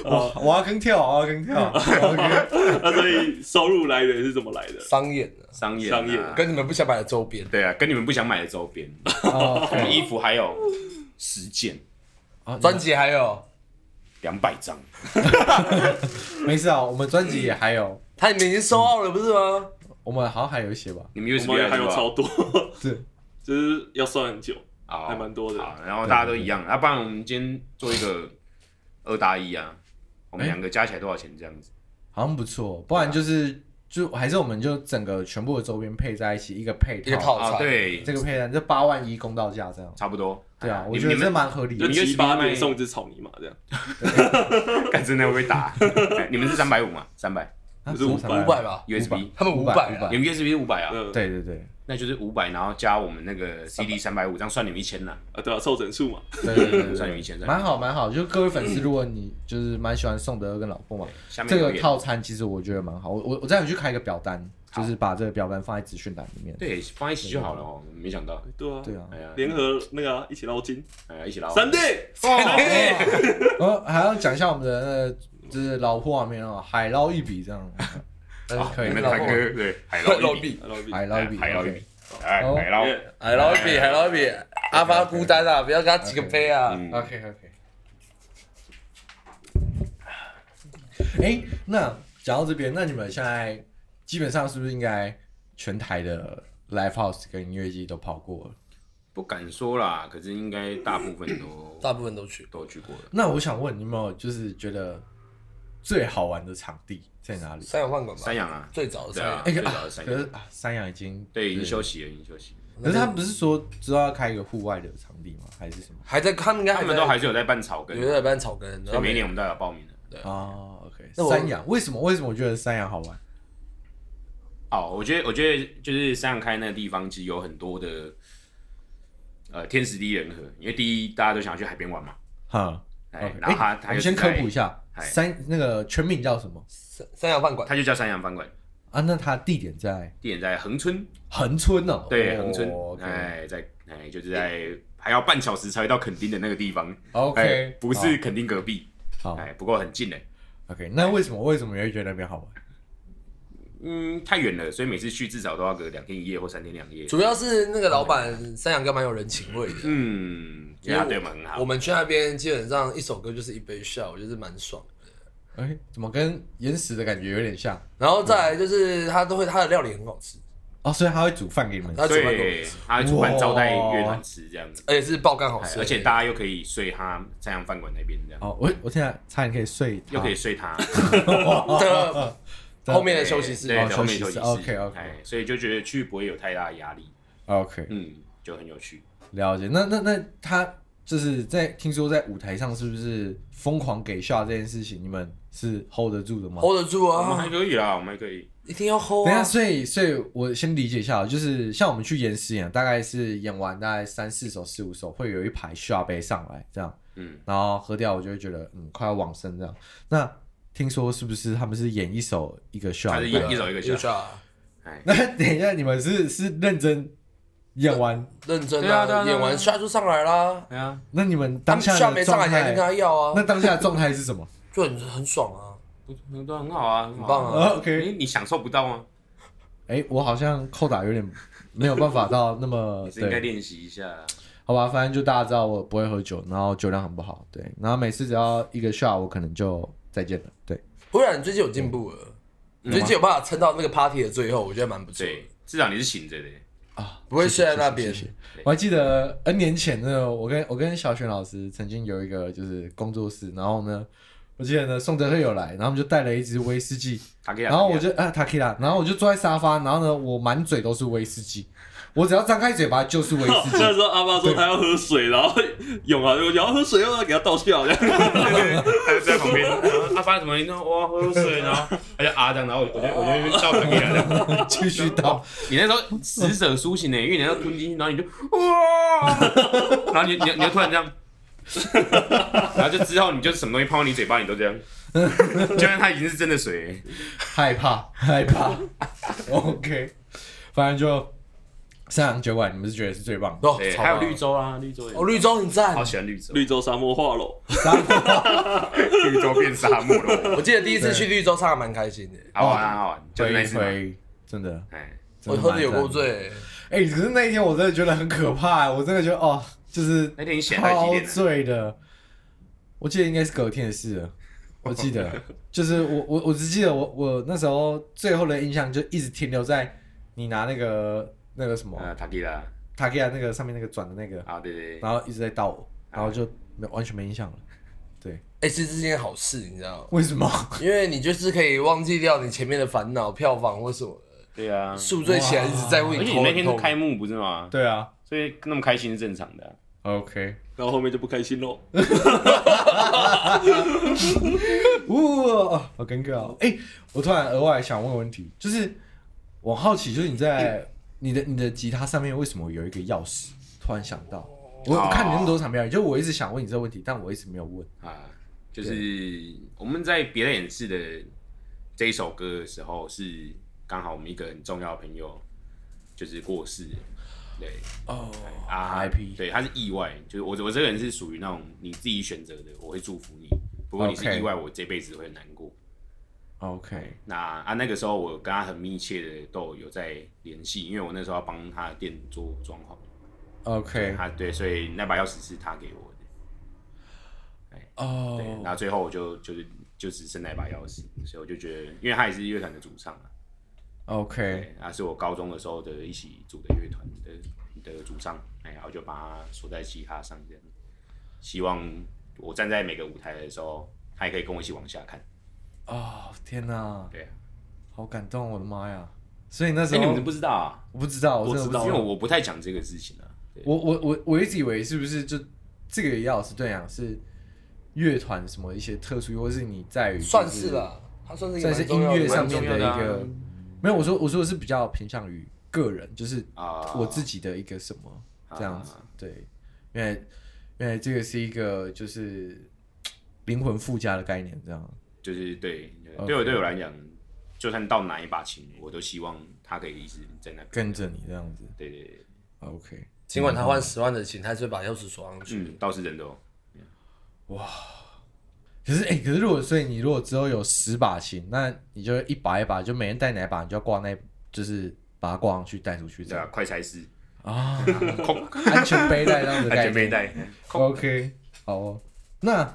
[SPEAKER 2] 我我要跟跳，我要跟跳。OK，
[SPEAKER 4] 那所以收入来源是怎么来的？
[SPEAKER 5] 商演啊，
[SPEAKER 3] 商业
[SPEAKER 4] 商业
[SPEAKER 5] 跟你们不想买的周边，
[SPEAKER 3] 对啊，跟你们不想买的周 边，
[SPEAKER 2] 哦
[SPEAKER 3] 我们衣服还有十件，
[SPEAKER 2] 好
[SPEAKER 5] 专辑还有，
[SPEAKER 3] 两百张。
[SPEAKER 2] 没事啊，我们专辑也还有，
[SPEAKER 5] 他你们已经收到了不是吗？
[SPEAKER 2] 我们好像还有一些吧。
[SPEAKER 3] 你们 USB
[SPEAKER 4] 我们还有
[SPEAKER 3] 多少
[SPEAKER 4] 超多，
[SPEAKER 2] 对，
[SPEAKER 4] 就是要算很久，
[SPEAKER 3] 哦
[SPEAKER 4] 还蛮多的
[SPEAKER 3] 好然后大家都一样，啊要不然我们今天做一个二搭一啊，我们
[SPEAKER 2] 哎
[SPEAKER 3] 两个加起来多少钱这样子？
[SPEAKER 2] 好像不错，不然就是就还是我们就整个全部的周边配在一起，一个配
[SPEAKER 5] 一个套
[SPEAKER 3] 啊，
[SPEAKER 5] 餐，，
[SPEAKER 3] 对，
[SPEAKER 2] 这个配单就八万一公道价这样。
[SPEAKER 3] 差不多。
[SPEAKER 2] 对啊，我
[SPEAKER 3] 你
[SPEAKER 2] 觉
[SPEAKER 3] 们
[SPEAKER 2] 得
[SPEAKER 3] 你
[SPEAKER 2] 这
[SPEAKER 3] 们
[SPEAKER 2] 蛮合理
[SPEAKER 4] 就
[SPEAKER 2] 的。
[SPEAKER 3] 你
[SPEAKER 4] 七八年
[SPEAKER 3] USB
[SPEAKER 4] 送一只草泥马这样。
[SPEAKER 3] 干真的会 被打。哎你们是三百五嘛？三百
[SPEAKER 2] 啊
[SPEAKER 4] 不是
[SPEAKER 2] 多
[SPEAKER 4] 五
[SPEAKER 2] 少
[SPEAKER 3] 哎
[SPEAKER 4] 百
[SPEAKER 5] 五百吧，
[SPEAKER 3] USB，
[SPEAKER 5] 他们五
[SPEAKER 2] 500
[SPEAKER 5] 百
[SPEAKER 2] 500
[SPEAKER 5] 啊，
[SPEAKER 3] 你们 USB 五百啊，
[SPEAKER 4] 嗯，
[SPEAKER 2] 对对对
[SPEAKER 3] 那就是五百，然后加我们那个 CD 三百五，这样算你们一千啦。
[SPEAKER 4] 啊，对啊，凑整数嘛。
[SPEAKER 2] 对对对对
[SPEAKER 3] 算有
[SPEAKER 2] 对
[SPEAKER 3] 一千
[SPEAKER 2] 对，
[SPEAKER 3] 算有
[SPEAKER 2] 蛮
[SPEAKER 3] 一千
[SPEAKER 2] 好蛮好。就各位粉丝，如果你就是蛮喜欢宋德跟老凤嘛，
[SPEAKER 3] 下面
[SPEAKER 2] 这
[SPEAKER 3] 留
[SPEAKER 2] 个
[SPEAKER 3] 言
[SPEAKER 2] 套餐其实我觉得蛮好。我我我再回去开一个表单，就是把这个表单放在资讯栏里面。
[SPEAKER 3] 对放一起就好了哦，没想到。
[SPEAKER 4] 对啊，
[SPEAKER 2] 对啊，
[SPEAKER 3] 哎呀，
[SPEAKER 4] 联合那个啊一起捞金，
[SPEAKER 3] 哎呀，一起捞。
[SPEAKER 4] 三 D
[SPEAKER 2] 哦，还要讲一下我们的那个就是老婆啊，没有海捞一笔这样，
[SPEAKER 5] 嗯
[SPEAKER 2] 可以
[SPEAKER 3] 你们
[SPEAKER 5] 老
[SPEAKER 3] 堂
[SPEAKER 5] 婆
[SPEAKER 3] 哥对海哎捞一笔，
[SPEAKER 4] 捞币，
[SPEAKER 2] 海捞一笔，
[SPEAKER 3] 海捞一
[SPEAKER 2] OK
[SPEAKER 3] 笔，哎，海捞。
[SPEAKER 4] 耶
[SPEAKER 5] 海捞一笔，海捞一笔，阿发孤单啊，不要给他几个杯啊，
[SPEAKER 3] 哎嗯
[SPEAKER 2] OK OK。哎、那讲到这边，那你们现在基本上是不是应该全台的 live house 跟音乐季都跑过了？
[SPEAKER 3] 不敢说啦，可是应该大部分都
[SPEAKER 5] 大部分都去。
[SPEAKER 3] 都去过了。
[SPEAKER 2] 那我想问，你有没有就是觉得最好玩的场地在哪里？
[SPEAKER 5] 三氧万馆吧，
[SPEAKER 3] 三阳啊，
[SPEAKER 5] 最早的三
[SPEAKER 3] 对
[SPEAKER 5] 氧，
[SPEAKER 2] 哎、
[SPEAKER 3] 最
[SPEAKER 2] 啊
[SPEAKER 3] 好的三
[SPEAKER 2] 可
[SPEAKER 3] 亚
[SPEAKER 2] 是啊，三亚已经
[SPEAKER 3] 对，已经休息了，已经休息了。
[SPEAKER 2] 可是他们不是说知道要开一个户外的场地吗？还是什么？
[SPEAKER 5] 还在，他们应该
[SPEAKER 3] 他们都还是有在办草根，
[SPEAKER 5] 有在班草根，
[SPEAKER 3] 所以每一年我们都有报名的。
[SPEAKER 2] 哦，OK，
[SPEAKER 5] 那我
[SPEAKER 2] 三亚为什么？为什么我觉得三亚好玩？
[SPEAKER 3] 哦，我觉得，我觉得就是三阳开那个地方，其实有很多的呃天时地利人和。因为第一，大家都想要去海边玩嘛，
[SPEAKER 2] 哈
[SPEAKER 3] 哎
[SPEAKER 2] OK，
[SPEAKER 3] 然后他
[SPEAKER 2] 哎
[SPEAKER 3] 他
[SPEAKER 2] 我
[SPEAKER 3] 就
[SPEAKER 2] 们
[SPEAKER 3] 是
[SPEAKER 2] 先科
[SPEAKER 3] 在
[SPEAKER 2] 普一下，
[SPEAKER 3] 哎
[SPEAKER 2] 三那个全名叫什么？
[SPEAKER 5] 三三氧饭馆，
[SPEAKER 3] 它就叫三阳饭馆，
[SPEAKER 2] 啊，那它地点在
[SPEAKER 3] 地点在恒春，
[SPEAKER 2] 恒春哦，
[SPEAKER 3] 对，恒春，
[SPEAKER 2] ，OK
[SPEAKER 3] 哎，在哎就是在还要半小时才会到垦丁的那个地方哎
[SPEAKER 2] OK，哦
[SPEAKER 3] 不是垦丁隔壁，
[SPEAKER 2] 好好
[SPEAKER 3] 哎，不过很近嘞。
[SPEAKER 2] OK，那为什么为什么你会觉得那边好玩？
[SPEAKER 3] 嗯，太远了，所以每次去至少都要个两天一夜或三天两夜。
[SPEAKER 5] 主要是那个老板三阳哥蛮有人情味的。
[SPEAKER 3] 嗯，因为他对我们很好。
[SPEAKER 5] 我们去那边基本上一首歌就是一杯笑，就是蛮爽。
[SPEAKER 2] 哎，怎么跟岩石的感觉有点像？
[SPEAKER 5] 然后再来就是他都会他的料理很好吃，
[SPEAKER 2] 哦，所以他会煮饭给你们吃
[SPEAKER 5] 他煮饭给我们
[SPEAKER 3] 对
[SPEAKER 5] 吃，
[SPEAKER 3] 他主办招待乐团吃这样子，
[SPEAKER 5] 而且是爆肝好
[SPEAKER 3] 哎
[SPEAKER 5] 吃，
[SPEAKER 3] 而且大家又可以睡他三阳饭馆那边这样，
[SPEAKER 2] 哦，我我现在差点可以睡它，
[SPEAKER 3] 又 可以睡他
[SPEAKER 5] 的
[SPEAKER 2] 在
[SPEAKER 5] 后面的休息室
[SPEAKER 3] 对，
[SPEAKER 2] 哦
[SPEAKER 3] 对后面
[SPEAKER 2] 休
[SPEAKER 3] 休
[SPEAKER 2] 息
[SPEAKER 3] 息
[SPEAKER 2] 室
[SPEAKER 3] 室
[SPEAKER 2] OK，OK
[SPEAKER 3] 哎，所以就觉得去不会有太大的压力，
[SPEAKER 2] OK
[SPEAKER 3] 嗯，就很有趣。
[SPEAKER 2] 了解。那那那他就是在听说在舞台上是不是疯狂给笑这件事情，你们是 hold 得住的吗？
[SPEAKER 5] hold 得住
[SPEAKER 3] 我们还
[SPEAKER 5] 啊，
[SPEAKER 3] 可以啦，我们还可以，
[SPEAKER 5] 一定要 hold
[SPEAKER 2] 等一
[SPEAKER 5] 啊
[SPEAKER 2] 下，。所以所以我先理解一下，就是像我们去演实演，大概是演完大概三四首、四五首，会有一排需要杯上来这样，
[SPEAKER 3] 嗯，
[SPEAKER 2] 然后喝掉，我就会觉得嗯，快要往生这样。那听说是不是他们是演一首一个需要
[SPEAKER 3] 他
[SPEAKER 2] 杯？
[SPEAKER 3] 是一一手一个
[SPEAKER 5] 一个
[SPEAKER 3] 下，
[SPEAKER 5] shot，
[SPEAKER 3] 哎，
[SPEAKER 2] 那等一下，你们是是认真演完？
[SPEAKER 5] 认真
[SPEAKER 3] 对啊对啊
[SPEAKER 5] 啊，
[SPEAKER 3] 对啊
[SPEAKER 5] 演完下就上来啦。
[SPEAKER 3] 对啊，
[SPEAKER 2] 那你们
[SPEAKER 5] 他
[SPEAKER 2] 当
[SPEAKER 5] 们
[SPEAKER 2] 下
[SPEAKER 5] 下
[SPEAKER 2] 的
[SPEAKER 5] 没上
[SPEAKER 2] 状
[SPEAKER 5] 来你还
[SPEAKER 2] 态
[SPEAKER 5] 跟，他要
[SPEAKER 2] 那
[SPEAKER 5] 啊，
[SPEAKER 2] 当下的状态是 什么？
[SPEAKER 5] 就很很爽啊。
[SPEAKER 3] 不不都很好啊，很好
[SPEAKER 5] 棒啊
[SPEAKER 2] 啊
[SPEAKER 3] 因
[SPEAKER 2] OK，
[SPEAKER 3] 为你享受不到吗？
[SPEAKER 2] 哎、我好像扣打有点没有办法到那么
[SPEAKER 3] 你是应该
[SPEAKER 2] 哦对，
[SPEAKER 3] 练习一下啊。
[SPEAKER 2] 好吧，反正就大家知道我不会喝酒，然后酒量很不好，对，然后每次只要一个 shot，我可能就再见了，对，
[SPEAKER 5] 不然你最近有进步了，你最近有办法撑到那个 party 的最后，我觉得蛮不错
[SPEAKER 3] 嗯
[SPEAKER 5] 的，
[SPEAKER 3] 对，至少你是醒着的。
[SPEAKER 5] 不会睡在那边
[SPEAKER 2] 谢。谢。我还记得 N 年前呢，我跟我跟小璇老师曾经有一个就是工作室，然后呢，我记得呢宋哲赫有来，然后我们就带了一支威士忌，
[SPEAKER 3] 打给他
[SPEAKER 2] 然后我就啊 t a k i l a 然后我就坐在沙发，然后呢我满嘴都是威士忌，我只要张开嘴巴就是威 士忌
[SPEAKER 4] 那，时候阿爸说他要喝水，然后永豪就你要喝水，要给他倒笑，这样
[SPEAKER 3] 他就在旁边，他发什么？你说哇，喝水，然后他就啊这样，然后我我就我就笑打给他。
[SPEAKER 2] 继续倒。
[SPEAKER 3] 你那时候死者苏醒呢，因为你要吞进去，然后你就哇，然后你你你就突然这样，然后就之后你就什么东西碰到你嘴巴，你都这样，就算它已经是真的水。
[SPEAKER 2] 害怕，害怕。OK，反正就三洋酒馆，你们是觉得是最 棒的。
[SPEAKER 5] 哦
[SPEAKER 3] 对，，
[SPEAKER 5] 超
[SPEAKER 3] 还有
[SPEAKER 5] 棒
[SPEAKER 3] 绿洲啊，绿洲也
[SPEAKER 5] 哦，绿洲很赞
[SPEAKER 3] 好。喜欢绿洲，
[SPEAKER 4] 绿洲沙漠化了。
[SPEAKER 3] 绿洲变沙漠了。
[SPEAKER 5] 我记得第一次去绿洲唱还蛮开心的，
[SPEAKER 3] 好玩啊，好玩，就
[SPEAKER 2] 回
[SPEAKER 3] 那一
[SPEAKER 2] 一
[SPEAKER 3] 次嘛。
[SPEAKER 2] 回，真的，
[SPEAKER 3] 哎，
[SPEAKER 5] 我喝的有够。醉。
[SPEAKER 2] 哎、可是那一天我真的觉得很可怕、我真的觉得哦，就是
[SPEAKER 3] 那天你显到几
[SPEAKER 2] 超
[SPEAKER 3] 点了？啊
[SPEAKER 2] 醉的。我记得应该是隔天的事了，我记 得就是我我我只记得我我那时候最后的印象就一直停留在你拿那个那个什么
[SPEAKER 3] 呃，塔吉拉，
[SPEAKER 2] 塔克亚那个上面那个转的那个，
[SPEAKER 3] 啊，对对对，
[SPEAKER 2] 然后一直在倒我，然后就没完全没印象了。对，
[SPEAKER 5] 哎，这是件好事，你知道吗？
[SPEAKER 2] 为什么？
[SPEAKER 5] 因为你就是可以忘记掉你前面的烦恼、票房或什么的，
[SPEAKER 3] 对啊。
[SPEAKER 5] 宿醉起来一直在为
[SPEAKER 3] 而且
[SPEAKER 5] 你
[SPEAKER 3] 你
[SPEAKER 5] 头
[SPEAKER 3] 那
[SPEAKER 5] 很
[SPEAKER 3] 天是
[SPEAKER 5] 痛。
[SPEAKER 3] 开幕不是吗？
[SPEAKER 2] 对啊，
[SPEAKER 3] 所以那么开心是正常的啊、
[SPEAKER 2] OK，
[SPEAKER 4] 然后后面就不开心喽。
[SPEAKER 2] 呜、哦，好尴尬、哦。哎、我突然额外想问个问题，就是我好奇，就是你
[SPEAKER 3] 嗯
[SPEAKER 2] 在你的你的吉他上面为什么有一个钥匙？突然想到，我
[SPEAKER 3] 哦
[SPEAKER 2] 我看你那么多场表演，就我一直想问你这个问题，但我一直没有问。
[SPEAKER 3] 啊，就是我们在别的演示的这一首歌的时候，是刚好我们一个很重要的朋友就是过世了，对
[SPEAKER 2] 哦
[SPEAKER 3] 啊
[SPEAKER 2] ，IP，
[SPEAKER 3] 对，他是意外，就是我我这个人是属于那种你自己选择的，我会祝福你，不过你是
[SPEAKER 2] OK
[SPEAKER 3] 意外，我这辈子会很难过。
[SPEAKER 2] OK，
[SPEAKER 3] 那啊，那个时候我跟他很密切的都有在联系，因为我那时候要帮他的店做装潢，
[SPEAKER 2] OK，
[SPEAKER 3] 他对，所以那把钥匙是他给我的。
[SPEAKER 2] 哦
[SPEAKER 3] 对，然后最后我就就是就只剩那把钥匙，所以我就觉得，因为他也是乐团的主唱啊，
[SPEAKER 2] ，OK，
[SPEAKER 3] 对，他是我高中的时候的一起组的乐团的的主唱，哎，然后就把他锁在吉他上这样，希望我站在每个舞台的时候，他也可以跟我一起往下看，
[SPEAKER 2] 哦，天哪，
[SPEAKER 3] 对啊，
[SPEAKER 2] 好感动，我的妈呀！所以那时
[SPEAKER 3] 哎，
[SPEAKER 2] 候、
[SPEAKER 3] 你们不知道啊，
[SPEAKER 2] 我不知道，我
[SPEAKER 3] 我
[SPEAKER 2] 真的
[SPEAKER 3] 知
[SPEAKER 2] 不知
[SPEAKER 3] 道，
[SPEAKER 2] 道，
[SPEAKER 3] 因为我不太讲这个事情啊，对，
[SPEAKER 2] 我我我我一直以为是不是就这个钥匙对讲是乐团什么一些特殊，或是你在于就
[SPEAKER 5] 算是啦，它算是一个
[SPEAKER 2] 算是音
[SPEAKER 5] 蛮重要
[SPEAKER 2] 乐
[SPEAKER 5] 的
[SPEAKER 2] 上
[SPEAKER 5] 蛮重
[SPEAKER 2] 面的
[SPEAKER 5] 要
[SPEAKER 2] 一
[SPEAKER 3] 蛮重要
[SPEAKER 2] 个
[SPEAKER 3] 的啊。
[SPEAKER 2] 没有，我说我说的是比较偏向于个人，就是
[SPEAKER 3] 啊
[SPEAKER 2] 我自己的一个什么
[SPEAKER 3] 啊
[SPEAKER 2] 这样子。对，因为因为这个是一个就是嘖灵魂附加的概念，这样。
[SPEAKER 3] 就是对，对
[SPEAKER 2] OK
[SPEAKER 3] 对我对我来讲，就算到哪一把琴，我都希望他可以一直在那边
[SPEAKER 2] 跟着你这样子。
[SPEAKER 3] 对对对，
[SPEAKER 2] OK，
[SPEAKER 5] 尽管他换十万的琴，他还是会把钥匙锁上去。
[SPEAKER 3] 嗯，倒是人都。
[SPEAKER 2] 可是哎、可是如果所以你如果之后有十把琴，那你就一把一把，就每人带哪一把，你就要挂那，就是把它挂上去带出去这
[SPEAKER 3] 对
[SPEAKER 2] 样
[SPEAKER 3] 啊，。快拆式，
[SPEAKER 2] 啊，
[SPEAKER 3] 空
[SPEAKER 2] 安全背带这 样子的
[SPEAKER 3] 安
[SPEAKER 2] 概
[SPEAKER 3] 全
[SPEAKER 2] 念。
[SPEAKER 3] 背带，
[SPEAKER 2] OK，好哦。那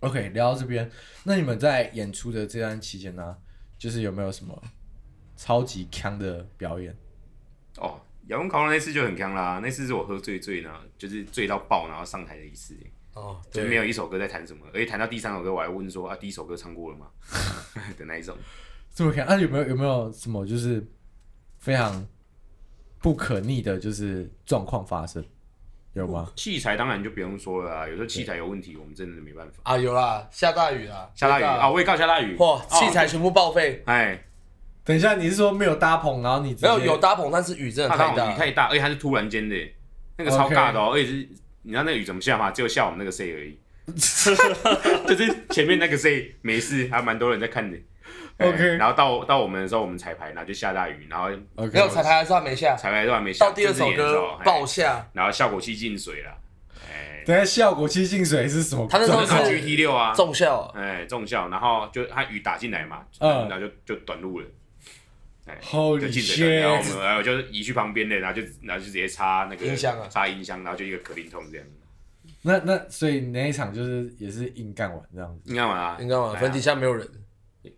[SPEAKER 2] OK，聊到这边，那你们在演出的这段期间呢、就是有没有什么超级强的表演？
[SPEAKER 3] 哦，遥控烤肉那次就很强啦，那次是我喝醉醉呢，就是醉到爆，然后上台的一次，
[SPEAKER 5] 哦，
[SPEAKER 3] 就
[SPEAKER 5] 对，
[SPEAKER 3] 没有一首歌在弹什么，而且弹到第三首歌，我还问说啊，第一首歌唱过了吗？ 的那一种，
[SPEAKER 2] 这么强？那、有没有有没有什么就是非常不可逆的，就是状况发生？有吗？
[SPEAKER 3] 器材当然就不用说了啊，有时候器材有问题，我们真的没办法。
[SPEAKER 5] 啊，有啦，下大雨啦，
[SPEAKER 3] 下大雨啊，，我也告下大雨，
[SPEAKER 5] 哇，
[SPEAKER 3] 哦
[SPEAKER 5] 器材全部报废，
[SPEAKER 3] 哎，
[SPEAKER 2] 等一下，你是说没有搭棚，然后你直接
[SPEAKER 5] 没有有搭棚，但是雨真的
[SPEAKER 3] 那
[SPEAKER 5] 太
[SPEAKER 3] 场
[SPEAKER 5] 大
[SPEAKER 3] 雨
[SPEAKER 5] 了，
[SPEAKER 3] 太大，而且它是突然间的，那个超尬的哦，而且是你知道那个雨怎么下吗？只有下我 们那个 C 而已，就是前面那个 C 没事，还蛮多人在看的，哎
[SPEAKER 2] OK
[SPEAKER 3] 然后到到我们的时候，我们彩排，然后就下大雨，然后
[SPEAKER 5] 没
[SPEAKER 2] OK，
[SPEAKER 5] 有彩排还是他没下，
[SPEAKER 3] 彩排都还没下，
[SPEAKER 5] 到第二首
[SPEAKER 3] 正式演的时候
[SPEAKER 5] 歌
[SPEAKER 3] 哎
[SPEAKER 5] 爆下，
[SPEAKER 3] 然后效果器进水了，哎，
[SPEAKER 2] 等一下效果器进水是什么？
[SPEAKER 5] 他那时候
[SPEAKER 3] 那
[SPEAKER 5] 是
[SPEAKER 3] 是 GT 六啊，
[SPEAKER 5] 重效啊，
[SPEAKER 3] 哎，重效，然后就它雨打进来嘛，
[SPEAKER 2] 嗯
[SPEAKER 3] 然后就就短路了，哎，
[SPEAKER 2] Holy
[SPEAKER 3] 就进水了，然后
[SPEAKER 2] shit
[SPEAKER 3] 我们哎我就移去旁边的，然后就然后就直接插那个
[SPEAKER 5] 音箱啊
[SPEAKER 3] 插音箱，然后就一个可林桶这样，
[SPEAKER 2] 那那所以那一场就是也是硬干完这样子。
[SPEAKER 3] 你干嘛？
[SPEAKER 5] 你知道吗？
[SPEAKER 3] 哎呀
[SPEAKER 5] 粉底下没有人，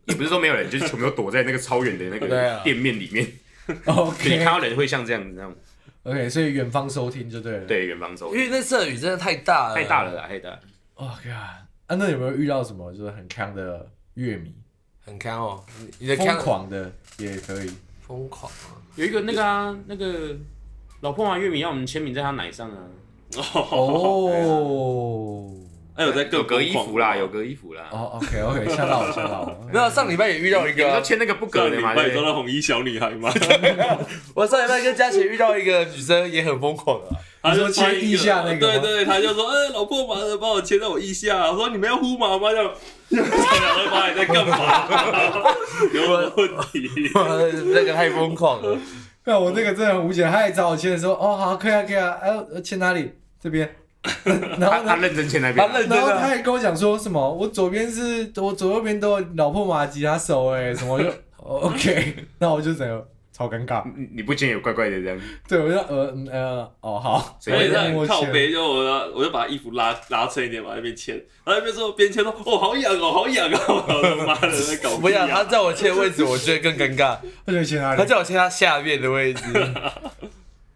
[SPEAKER 3] 也不是说没有人，就是全部都躲在那个超远的那
[SPEAKER 5] 对
[SPEAKER 3] 个
[SPEAKER 5] 啊
[SPEAKER 3] 店面里面， 你
[SPEAKER 2] OK
[SPEAKER 3] 看到人会像这样子那种，
[SPEAKER 2] OK，所以远方收听就对了。
[SPEAKER 3] 对，远方走
[SPEAKER 5] 因，为那次的雨真的太大了，
[SPEAKER 3] 太大，了啦，太大了。
[SPEAKER 2] ，Oh God，啊，那有没有遇到什么就是很强的乐迷，
[SPEAKER 5] 很看哦，你你的
[SPEAKER 2] 疯
[SPEAKER 5] 看
[SPEAKER 2] 狂的也可以？
[SPEAKER 5] 疯狂啊，
[SPEAKER 3] 有一个那个啊，那个老破马乐迷要我们签名在他奶上啊，
[SPEAKER 4] 哦，
[SPEAKER 2] 哦
[SPEAKER 4] 还有在更
[SPEAKER 3] 有隔衣
[SPEAKER 4] 疯狂
[SPEAKER 3] 服啦，有隔衣服啦。
[SPEAKER 2] 哦，OK OK，吓到我吓到我。
[SPEAKER 5] 没有上礼拜也遇到一
[SPEAKER 3] 你
[SPEAKER 5] 个
[SPEAKER 3] 们
[SPEAKER 5] 啊
[SPEAKER 3] 都，签那个不
[SPEAKER 4] 上
[SPEAKER 3] 隔
[SPEAKER 4] 礼
[SPEAKER 3] 的嘛？对
[SPEAKER 4] 拜你
[SPEAKER 3] 不
[SPEAKER 4] 说
[SPEAKER 3] 对
[SPEAKER 4] 到红衣小女孩嘛，
[SPEAKER 5] 我上礼拜跟佳琪遇到一个女生也很疯狂啊，
[SPEAKER 4] 他就
[SPEAKER 2] 你说牵
[SPEAKER 4] 一
[SPEAKER 2] 腋下那个吗
[SPEAKER 4] 对对，他就说，哎，老婆麻的把我牵在我腋下，我说你们要呼麻吗？这样，然后妈你在干嘛？有什么问题？
[SPEAKER 5] 那个太疯狂了，
[SPEAKER 2] 那我那个真的很无解，他也找我签的时候，哦好，可以啊可以啊，哎呃签哪里？这边， 然
[SPEAKER 3] 他
[SPEAKER 2] 后
[SPEAKER 3] 他
[SPEAKER 2] 呢？
[SPEAKER 3] 认真签那边啊，
[SPEAKER 5] 他认
[SPEAKER 2] 然后
[SPEAKER 5] 真的
[SPEAKER 2] 他还跟我讲说什么，我左边是我左右边都有老破马吉他手哎、什么我就 哦 OK，那我就整个超尴尬，
[SPEAKER 3] 你你不签也怪怪的这样。
[SPEAKER 2] 对我就呃嗯呃哦好，
[SPEAKER 3] 所
[SPEAKER 4] 所
[SPEAKER 3] 以
[SPEAKER 4] 以
[SPEAKER 2] 我
[SPEAKER 4] 他
[SPEAKER 2] 就
[SPEAKER 4] 很
[SPEAKER 2] 默
[SPEAKER 4] 靠
[SPEAKER 2] 签
[SPEAKER 4] 背，就我要我就把衣服拉拉撑一点，往那边牵，然后那边说边牵说，哦，好痒哦，好痒哦，我说妈的在搞
[SPEAKER 5] 不
[SPEAKER 4] 屁
[SPEAKER 5] 要他
[SPEAKER 4] 啊！
[SPEAKER 5] 叫我签位置，我觉得更尴尬，
[SPEAKER 2] 他就签哪
[SPEAKER 5] 他
[SPEAKER 2] 里？
[SPEAKER 5] 叫我签他下面的位置，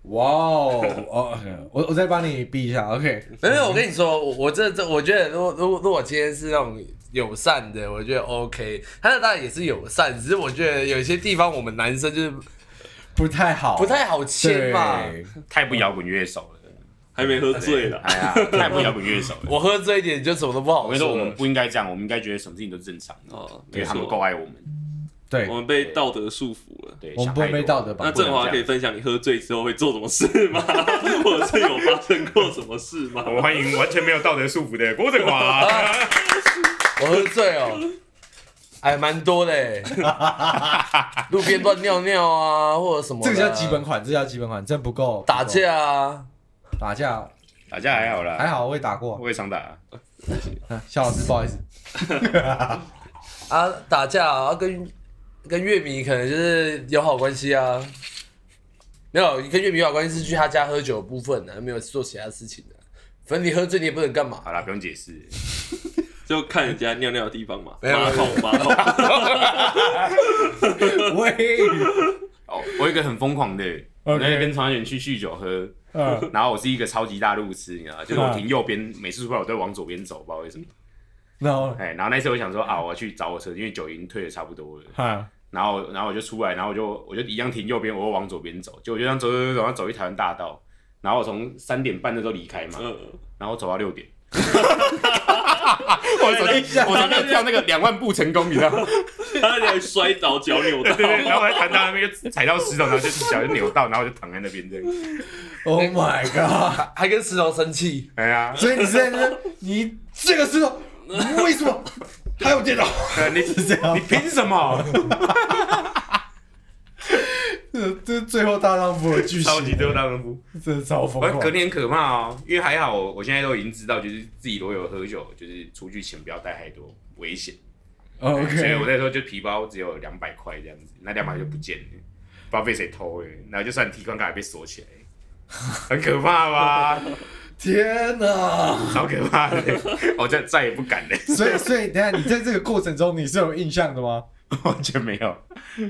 [SPEAKER 2] 哇哦哦，我我再帮你避一下，OK，
[SPEAKER 5] 没有，我跟你说，我我这这，我觉得如果如果如果今天是那种友善的，我觉得 OK，他那当然也是友善，只是我觉得有些地方我们男生就是
[SPEAKER 2] 不太好，
[SPEAKER 5] 不太好签嘛。
[SPEAKER 2] 对
[SPEAKER 3] 太不摇滚乐手了，
[SPEAKER 4] 还没喝醉啊了，
[SPEAKER 3] 哎呀， 太不摇滚乐手了。
[SPEAKER 5] 我喝醉一点就什么都不好
[SPEAKER 3] 我跟你
[SPEAKER 5] 说了。
[SPEAKER 3] 说，我们不应该这样，我们应该觉得什么事情都正常的，
[SPEAKER 4] 哦，
[SPEAKER 3] 因
[SPEAKER 4] 没
[SPEAKER 3] 为他们够
[SPEAKER 4] 错，
[SPEAKER 3] 爱我们。
[SPEAKER 2] 对
[SPEAKER 4] 我，们被道德束缚了。
[SPEAKER 3] 对，
[SPEAKER 2] 我们
[SPEAKER 3] 想
[SPEAKER 2] 不会被
[SPEAKER 3] 太多
[SPEAKER 2] 道德绑
[SPEAKER 4] 那
[SPEAKER 2] 架
[SPEAKER 4] 振华可以分享你喝醉之后会做什么事吗？或者是有发生过什么事吗
[SPEAKER 3] 我？们欢迎完全没有道德束缚的郭振 华。
[SPEAKER 5] 我喝醉哦，还蛮多的 欸，路边乱尿尿啊，或者什么的
[SPEAKER 2] 这
[SPEAKER 5] 啊，
[SPEAKER 2] 个叫基本款，这叫基本款，真不够
[SPEAKER 5] 打
[SPEAKER 2] 不够
[SPEAKER 5] 架啊，
[SPEAKER 2] 打架
[SPEAKER 3] 打架还好啦，
[SPEAKER 2] 还好，我也打过。
[SPEAKER 3] 我也常打。
[SPEAKER 2] 啊肖老师，不好意思，
[SPEAKER 5] 啊打架啊，啊跟跟乐迷可能就是友好关系啊。没有，跟乐迷友好关系是去他家喝酒的部分啊的、没有做其他事情的、反正你喝醉你也不能干嘛。啊
[SPEAKER 3] 好啦，不用解释。
[SPEAKER 4] 就看人家尿尿的地方嘛，
[SPEAKER 5] 没有
[SPEAKER 4] 马桶马桶。
[SPEAKER 2] 喂，
[SPEAKER 3] 哦，我有一个很疯狂的，我那天跟常远去酗酒喝，
[SPEAKER 2] 嗯
[SPEAKER 3] 然后我是一个超级大路痴，你知道吗？就是我停右边，每次出来我都会往左边走，不知道为什么。
[SPEAKER 2] 然后
[SPEAKER 3] 哎，然后那次我想说啊，我要去找我车，因为酒已经退的差不多了。
[SPEAKER 2] 哈，
[SPEAKER 3] 然后然后我就出来，然后我就我就一样停右边，我又往左边走，结果我就这样走走走走，然后走一台湾大道，然后我从三点半的时候离开嘛，
[SPEAKER 4] 嗯
[SPEAKER 3] 然后走到六 点。我昨天我昨天跳那个两万步成功，你知道吗？
[SPEAKER 4] 他那里还摔倒，脚扭 到。
[SPEAKER 3] 对，然后我还弹到那个踩到石头，然后就脚就扭到，然后就躺在那边这样。
[SPEAKER 2] Oh my god！
[SPEAKER 5] 还还跟石头生气，
[SPEAKER 3] 哎呀，
[SPEAKER 2] 所以你现在就是你这个石头，为什么还有电脑？
[SPEAKER 3] 呃你
[SPEAKER 2] 是这样
[SPEAKER 3] 你，凭什 么？
[SPEAKER 2] 这这最后大丈夫的剧
[SPEAKER 3] 超级
[SPEAKER 2] 情，
[SPEAKER 3] 丢大丈夫，
[SPEAKER 2] 真的超疯
[SPEAKER 5] 哎
[SPEAKER 3] 我隔
[SPEAKER 2] 狂。
[SPEAKER 3] 年可怕哦，因为还好我现在都已经知道，就是自己如果有喝酒，就是出去前不要带太多，危险。所以我
[SPEAKER 2] OK，
[SPEAKER 3] 那时候就皮包只有两百块这样子，那两百就不见了，不知道被谁偷了，然后就算提款卡也被锁起来，很可怕吧？
[SPEAKER 2] 天哪！
[SPEAKER 3] 超可怕的，我再再也不敢了，
[SPEAKER 2] 所以所以等一下你在这个过程中你是有印象的吗？
[SPEAKER 3] 完全没有。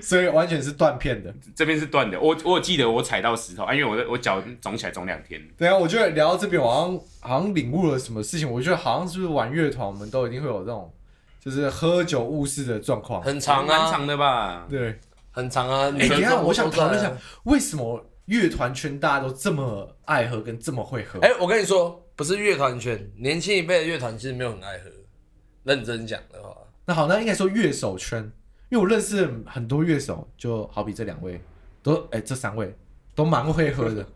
[SPEAKER 2] 所以完全是断片的。
[SPEAKER 3] 这边是断的，我我有记得我踩到石头，啊，因为我的我脚肿起来肿两天，
[SPEAKER 2] 等一下，我觉得聊到这边，我好像好像领悟了什么事情。我觉得好像是不是玩乐团，我们都一定会有这种就是喝酒误事的状况。
[SPEAKER 5] 很长
[SPEAKER 3] 蛮
[SPEAKER 5] 啊，
[SPEAKER 3] 长的吧？
[SPEAKER 2] 对，
[SPEAKER 5] 很长啊。
[SPEAKER 2] 哦哎、
[SPEAKER 5] 你
[SPEAKER 2] 等一下，我想讨论一下，为什么乐团圈大家都这么爱喝，跟这么会喝？
[SPEAKER 5] 哎、我跟你说，不是乐团圈，年轻一辈的乐团其实没有很爱喝。认真讲的话，
[SPEAKER 2] 那好，那应该说乐手圈，因为我认识很多乐手，就好比这两位，都哎、这三位都蛮会喝 的，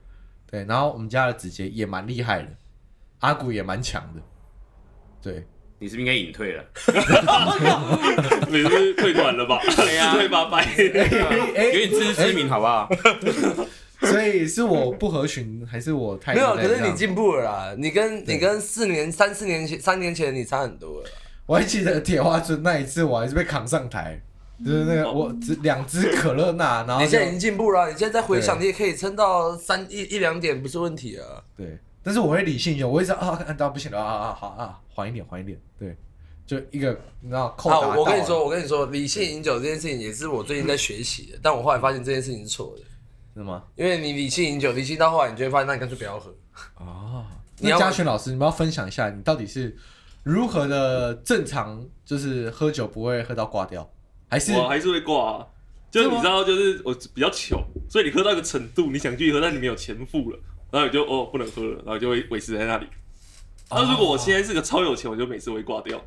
[SPEAKER 2] 对。然后我们家的子杰也蛮厉害的，阿古也蛮强的，对。
[SPEAKER 3] 你是不是应该隐退了？
[SPEAKER 4] 你是不是退团了吧？
[SPEAKER 3] 对啊
[SPEAKER 4] 退吧，拜。
[SPEAKER 2] 哎
[SPEAKER 3] 有点自知之明好不好？
[SPEAKER 2] 所以是我不合群，还是我太
[SPEAKER 5] 没有，
[SPEAKER 2] 在
[SPEAKER 5] 可是
[SPEAKER 2] 这样
[SPEAKER 5] 你进步了啦，你跟你跟四年、三四年前、三年前你差很多了啦。
[SPEAKER 2] 我还记得铁花村那一次，我还是被扛上台，就是那个我只两只可乐娜，然后
[SPEAKER 5] 嗯你
[SPEAKER 2] 就
[SPEAKER 5] 现在已经进步了啊，你现在再回想，
[SPEAKER 2] 对
[SPEAKER 5] 你也可以撑到三一一两点，不是问题啊。
[SPEAKER 2] 对，但是我会理性一点，我会知道啊，按到不行了啊啊好啊，缓一点，缓一点，对，就一个你知道扣打
[SPEAKER 5] 啊，
[SPEAKER 2] 到
[SPEAKER 5] 我我跟你
[SPEAKER 2] 了
[SPEAKER 5] 说，我跟你说，理性饮酒这件事情也是我最近在学习的，但我后来发现这件事情是错的，
[SPEAKER 2] 是吗？
[SPEAKER 5] 因为你理性饮酒，理性到后来你就会发现，那你干脆不要喝。
[SPEAKER 2] 哦，那
[SPEAKER 5] 你要
[SPEAKER 2] 嘉轩老师，你们要分享一下，你到底是如何的正常，就是喝酒不会喝到挂掉，还是
[SPEAKER 4] 我还是会挂、啊。就是
[SPEAKER 2] 是吗
[SPEAKER 4] 你知道，就是我比较穷，所以你喝到一个程度，你想去喝，但你没有钱付了，然后你就哦不能喝了，然后就会维持在那里。
[SPEAKER 5] 哦
[SPEAKER 4] 那如果我现在是个超有钱，我就每次会挂掉。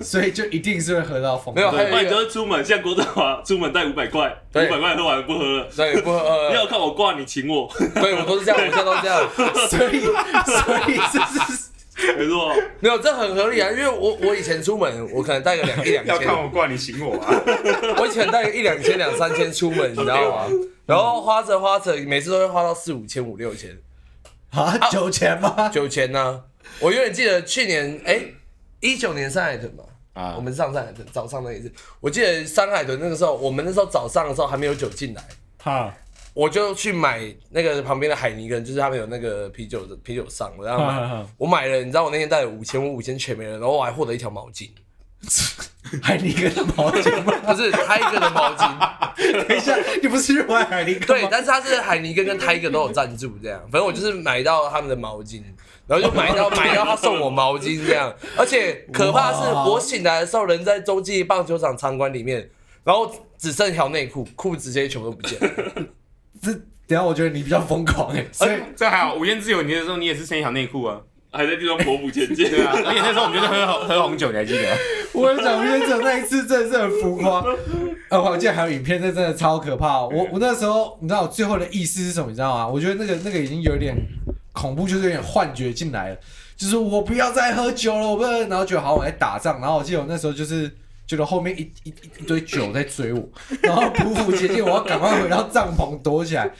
[SPEAKER 2] 所以就一定是会喝到疯？
[SPEAKER 5] 没有哦还
[SPEAKER 4] 对，不然你就是出门，像郭德华出门带五百块，五
[SPEAKER 5] 对
[SPEAKER 4] 百块喝完不喝了。
[SPEAKER 5] 对，不喝，
[SPEAKER 4] 你
[SPEAKER 5] 呃
[SPEAKER 4] 要看我挂，你请我，
[SPEAKER 5] 对我都是这样，我现在都这样。
[SPEAKER 2] 所以所以这是
[SPEAKER 4] 没错。
[SPEAKER 5] 没有，这很合理啊，因为我我以前出门，我可能带个两一 两
[SPEAKER 3] 要看
[SPEAKER 5] 千，
[SPEAKER 3] 我挂你醒我啊！
[SPEAKER 5] 我以前带个一两千两三千出门，你知道吗？然后花着花着，每次都会花到四五千五六千
[SPEAKER 2] 啊酒钱吗？
[SPEAKER 5] 九千呢。我永远记得去年，哎、一九年上海屯嘛，
[SPEAKER 3] 啊
[SPEAKER 5] 我们上上海屯早上那一次，我记得上海屯那个时候，我们那时候早上的时候还没有酒进来，
[SPEAKER 2] 哈，
[SPEAKER 5] 我就去买那个旁边的海尼根，就是他们有那个啤酒的啤酒上，我让他
[SPEAKER 2] 哈哈
[SPEAKER 5] 买
[SPEAKER 2] 哈，
[SPEAKER 5] 我买了，你知道我那天带了五千，我五千全没了，然后我还获得一条毛巾，
[SPEAKER 2] 海尼根的毛巾吗？
[SPEAKER 5] 不是 Tiger 的毛巾。
[SPEAKER 2] 等一下，你不是去玩海尼根
[SPEAKER 5] 对，
[SPEAKER 2] 吗？
[SPEAKER 5] 但是它是海尼根跟 Tiger 都有赞助这样，反正我就是买到他们的毛巾，然后就买到买到他送我毛巾这样，而且可怕的是
[SPEAKER 2] 哇
[SPEAKER 5] 我醒来的时候人在洲际棒球场场馆里面，然后只剩一条内裤，裤子直接全部都不见了，
[SPEAKER 2] 这等一下我觉得你比较疯狂哎，所以
[SPEAKER 3] 这还好，无烟自由，你那时候你也是剩一条内裤啊。
[SPEAKER 4] 还在地上匍匐前进。
[SPEAKER 3] 对啊，而且那时候我们就是喝红喝红酒，你还记 得？
[SPEAKER 2] 我跟你讲，吴先生那一次真的是很浮 夸。呃，我记得还有影片，那真的超可怕哦、
[SPEAKER 5] 嗯
[SPEAKER 2] 我我那时候，你知道我最后的意思是什么？你知道吗？我觉得那个那个已经有点恐怖，就是有点幻觉进来了，就是我不要再喝酒了，我不要。然后就好像我在打仗，然后我记得我那时候就是。觉得后面一一一一堆酒在追 我，然后匍匐前进，我要赶快回到帐篷躲起来。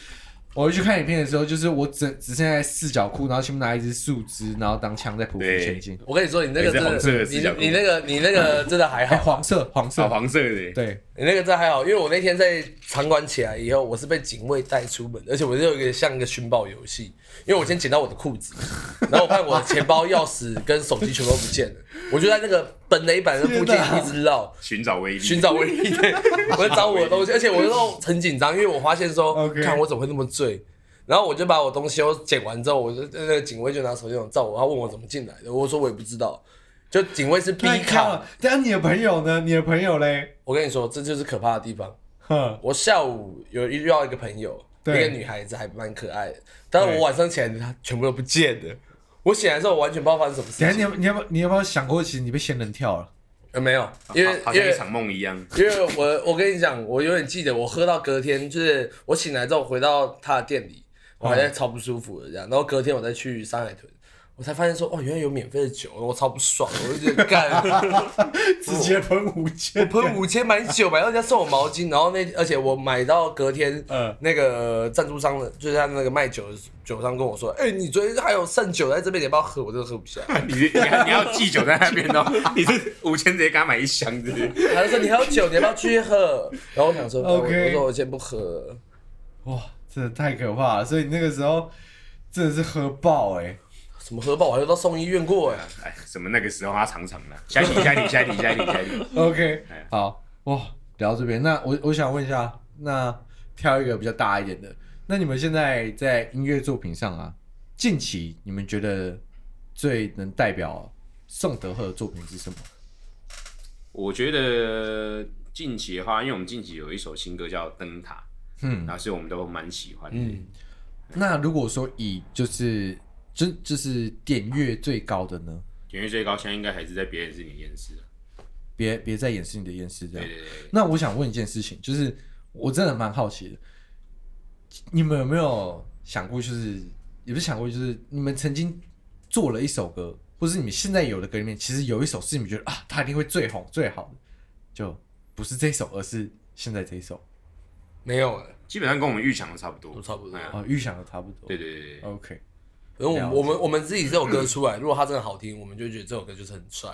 [SPEAKER 2] 我回去看影片的时候，就是我只只剩下四角裤，然后前面拿一支树枝，然后当枪在匍匐前进。
[SPEAKER 5] 我跟你说你那个
[SPEAKER 3] 也是
[SPEAKER 5] 真
[SPEAKER 3] 红色的四角
[SPEAKER 5] 你
[SPEAKER 3] 裤
[SPEAKER 5] 你那个你那个真的还
[SPEAKER 2] 哎，
[SPEAKER 5] 好，
[SPEAKER 2] 黄色，黄色，
[SPEAKER 3] 小黄色的，
[SPEAKER 2] 对，
[SPEAKER 5] 你那个真的还好，因为我那天在场馆起来以后，我是被警卫带出门，而且我是有一个像一个寻宝游戏，因为我先捡到我的裤子， 然后我看我的钱包、钥匙跟手机全部都不见了，我就在那个本垒板的附近
[SPEAKER 2] 天哪
[SPEAKER 5] 一直绕。
[SPEAKER 3] 寻找威力。
[SPEAKER 5] 寻找唯一对，我在找我的东西，而且我都很紧张，因为我发现说，
[SPEAKER 2] OK
[SPEAKER 5] 看我怎么会那么醉，然后我就把我东西都捡完之后，我就那个警卫就拿手电筒照我，他问我怎么进来的，我说我也不知道，就警卫是 B
[SPEAKER 2] 那你看
[SPEAKER 5] 卡
[SPEAKER 2] 了，，但你的朋友呢？你的朋友嘞？
[SPEAKER 5] 我跟你说，这就是可怕的地方，
[SPEAKER 2] 哼，
[SPEAKER 5] 我下午有遇到一个朋友，一
[SPEAKER 2] 对
[SPEAKER 5] 个女孩子还蛮可爱的，但是我晚上起来她全部都不见了。我醒来之后，我完全不知道发生什么
[SPEAKER 2] 等
[SPEAKER 5] 事
[SPEAKER 2] 一下
[SPEAKER 5] 情。
[SPEAKER 2] 你你要不要你有没有想过，其实你被仙人跳了？
[SPEAKER 5] 呃，没
[SPEAKER 2] 啊
[SPEAKER 5] 有，因为
[SPEAKER 3] 好好
[SPEAKER 5] 因
[SPEAKER 3] 像一
[SPEAKER 5] 为
[SPEAKER 3] 场梦一样。
[SPEAKER 5] 因为我我跟你讲，我永远记得，我喝到隔天，就是我醒来之后回到他的店里，我还在超不舒服的这样，然后隔天我再去山海豚，我才发现说，哦，原来有免费的酒，我超不爽，我就觉得干。
[SPEAKER 2] 直接喷五千，
[SPEAKER 5] 喷五千买酒，买到人家送我毛巾，然后那而且我买到隔天，
[SPEAKER 2] 嗯
[SPEAKER 5] 那个赞助商的，就是他那个卖酒的酒商跟我说，哎、你昨天还有剩酒在这边，你要不要喝？我真的喝不下。
[SPEAKER 3] 你是你还你还要寄酒在那边哦， 你是五千直接给他买一箱子。
[SPEAKER 5] 他就说你还有酒，你要不要继续喝？然后我想说，呃
[SPEAKER 2] OK
[SPEAKER 5] 我我说我先不喝。
[SPEAKER 2] 哇，真的太可怕了！所以你那个时候真的是喝爆 哎、
[SPEAKER 5] 什么喝爆？我还到送医院过哎、
[SPEAKER 3] 哎，什么那个时候他常常的，下 一题下一题下一题下一题下一题。
[SPEAKER 2] OK，好哇，聊这边。那我我想问一下，那挑一个比较大一点的。那你们现在在音乐作品上啊，近期你们觉得最能代表宋德赫的作品是什么？
[SPEAKER 3] 我觉得近期的话，因为我们近期有一首新歌叫《灯塔》，
[SPEAKER 2] 嗯
[SPEAKER 3] 然，后所以我们都蛮喜欢的。
[SPEAKER 5] 嗯，
[SPEAKER 2] 那如果说以就是真就是点阅最高的呢？
[SPEAKER 3] 点阅最高，现在应该还是在别人是你的厌世了。
[SPEAKER 2] 别别再掩饰你的厌世这
[SPEAKER 3] 对
[SPEAKER 2] 样。
[SPEAKER 3] 对对，对
[SPEAKER 2] 那我想问一件事情，就是我真的蛮好奇的，你们有没有想过，就是也不是想过，就是你们曾经做了一首歌，或是你们现在有的歌里面，其实有一首是你们觉得啊，它一定会最红最好的，就不是这首，而是现在这一首
[SPEAKER 5] 没有啊了，
[SPEAKER 3] 基本上跟我们预想的差不多，
[SPEAKER 5] 都差不多
[SPEAKER 3] 哎
[SPEAKER 5] 哦
[SPEAKER 3] 呀
[SPEAKER 2] 啊，预想的差不多。
[SPEAKER 3] 对对对对，
[SPEAKER 2] ，OK，
[SPEAKER 5] 因为
[SPEAKER 2] 了
[SPEAKER 5] 我们
[SPEAKER 2] 解
[SPEAKER 5] 我们我们自己这首歌出来，如果它真的好听，我们就觉得这首歌就是很帅。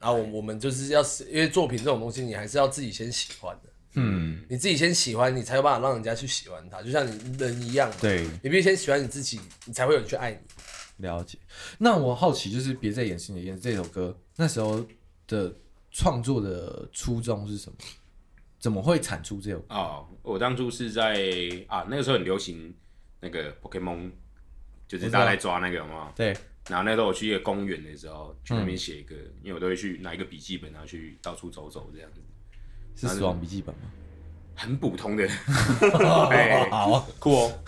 [SPEAKER 5] 然后我我们就是要因为作品这种东西，你还是要自己先喜欢的，
[SPEAKER 2] 嗯，
[SPEAKER 5] 你自己先喜欢，你才有办法让人家去喜欢它，就像你人一样嘛。
[SPEAKER 2] 对，
[SPEAKER 5] 你必须先喜欢你自己，你才会有人去爱你。
[SPEAKER 2] 了解。那我好奇就是《别再演戏》你演这首歌那时候的创作的初衷是什么？怎么会产出这首歌？
[SPEAKER 3] 哦，我当初是在啊，那个时候很流行那个 Pokemon，就是大家在抓那个嘛。
[SPEAKER 2] 对，
[SPEAKER 3] 然后那时候我去一个公园的时候，去那
[SPEAKER 2] 嗯
[SPEAKER 3] 边写一个，因为我都会去拿一个笔记本，然后去到处走走这样子，
[SPEAKER 2] 是《死亡笔记本》吗？
[SPEAKER 3] 很普 通的，哎，
[SPEAKER 2] 好，啊
[SPEAKER 3] 酷哦，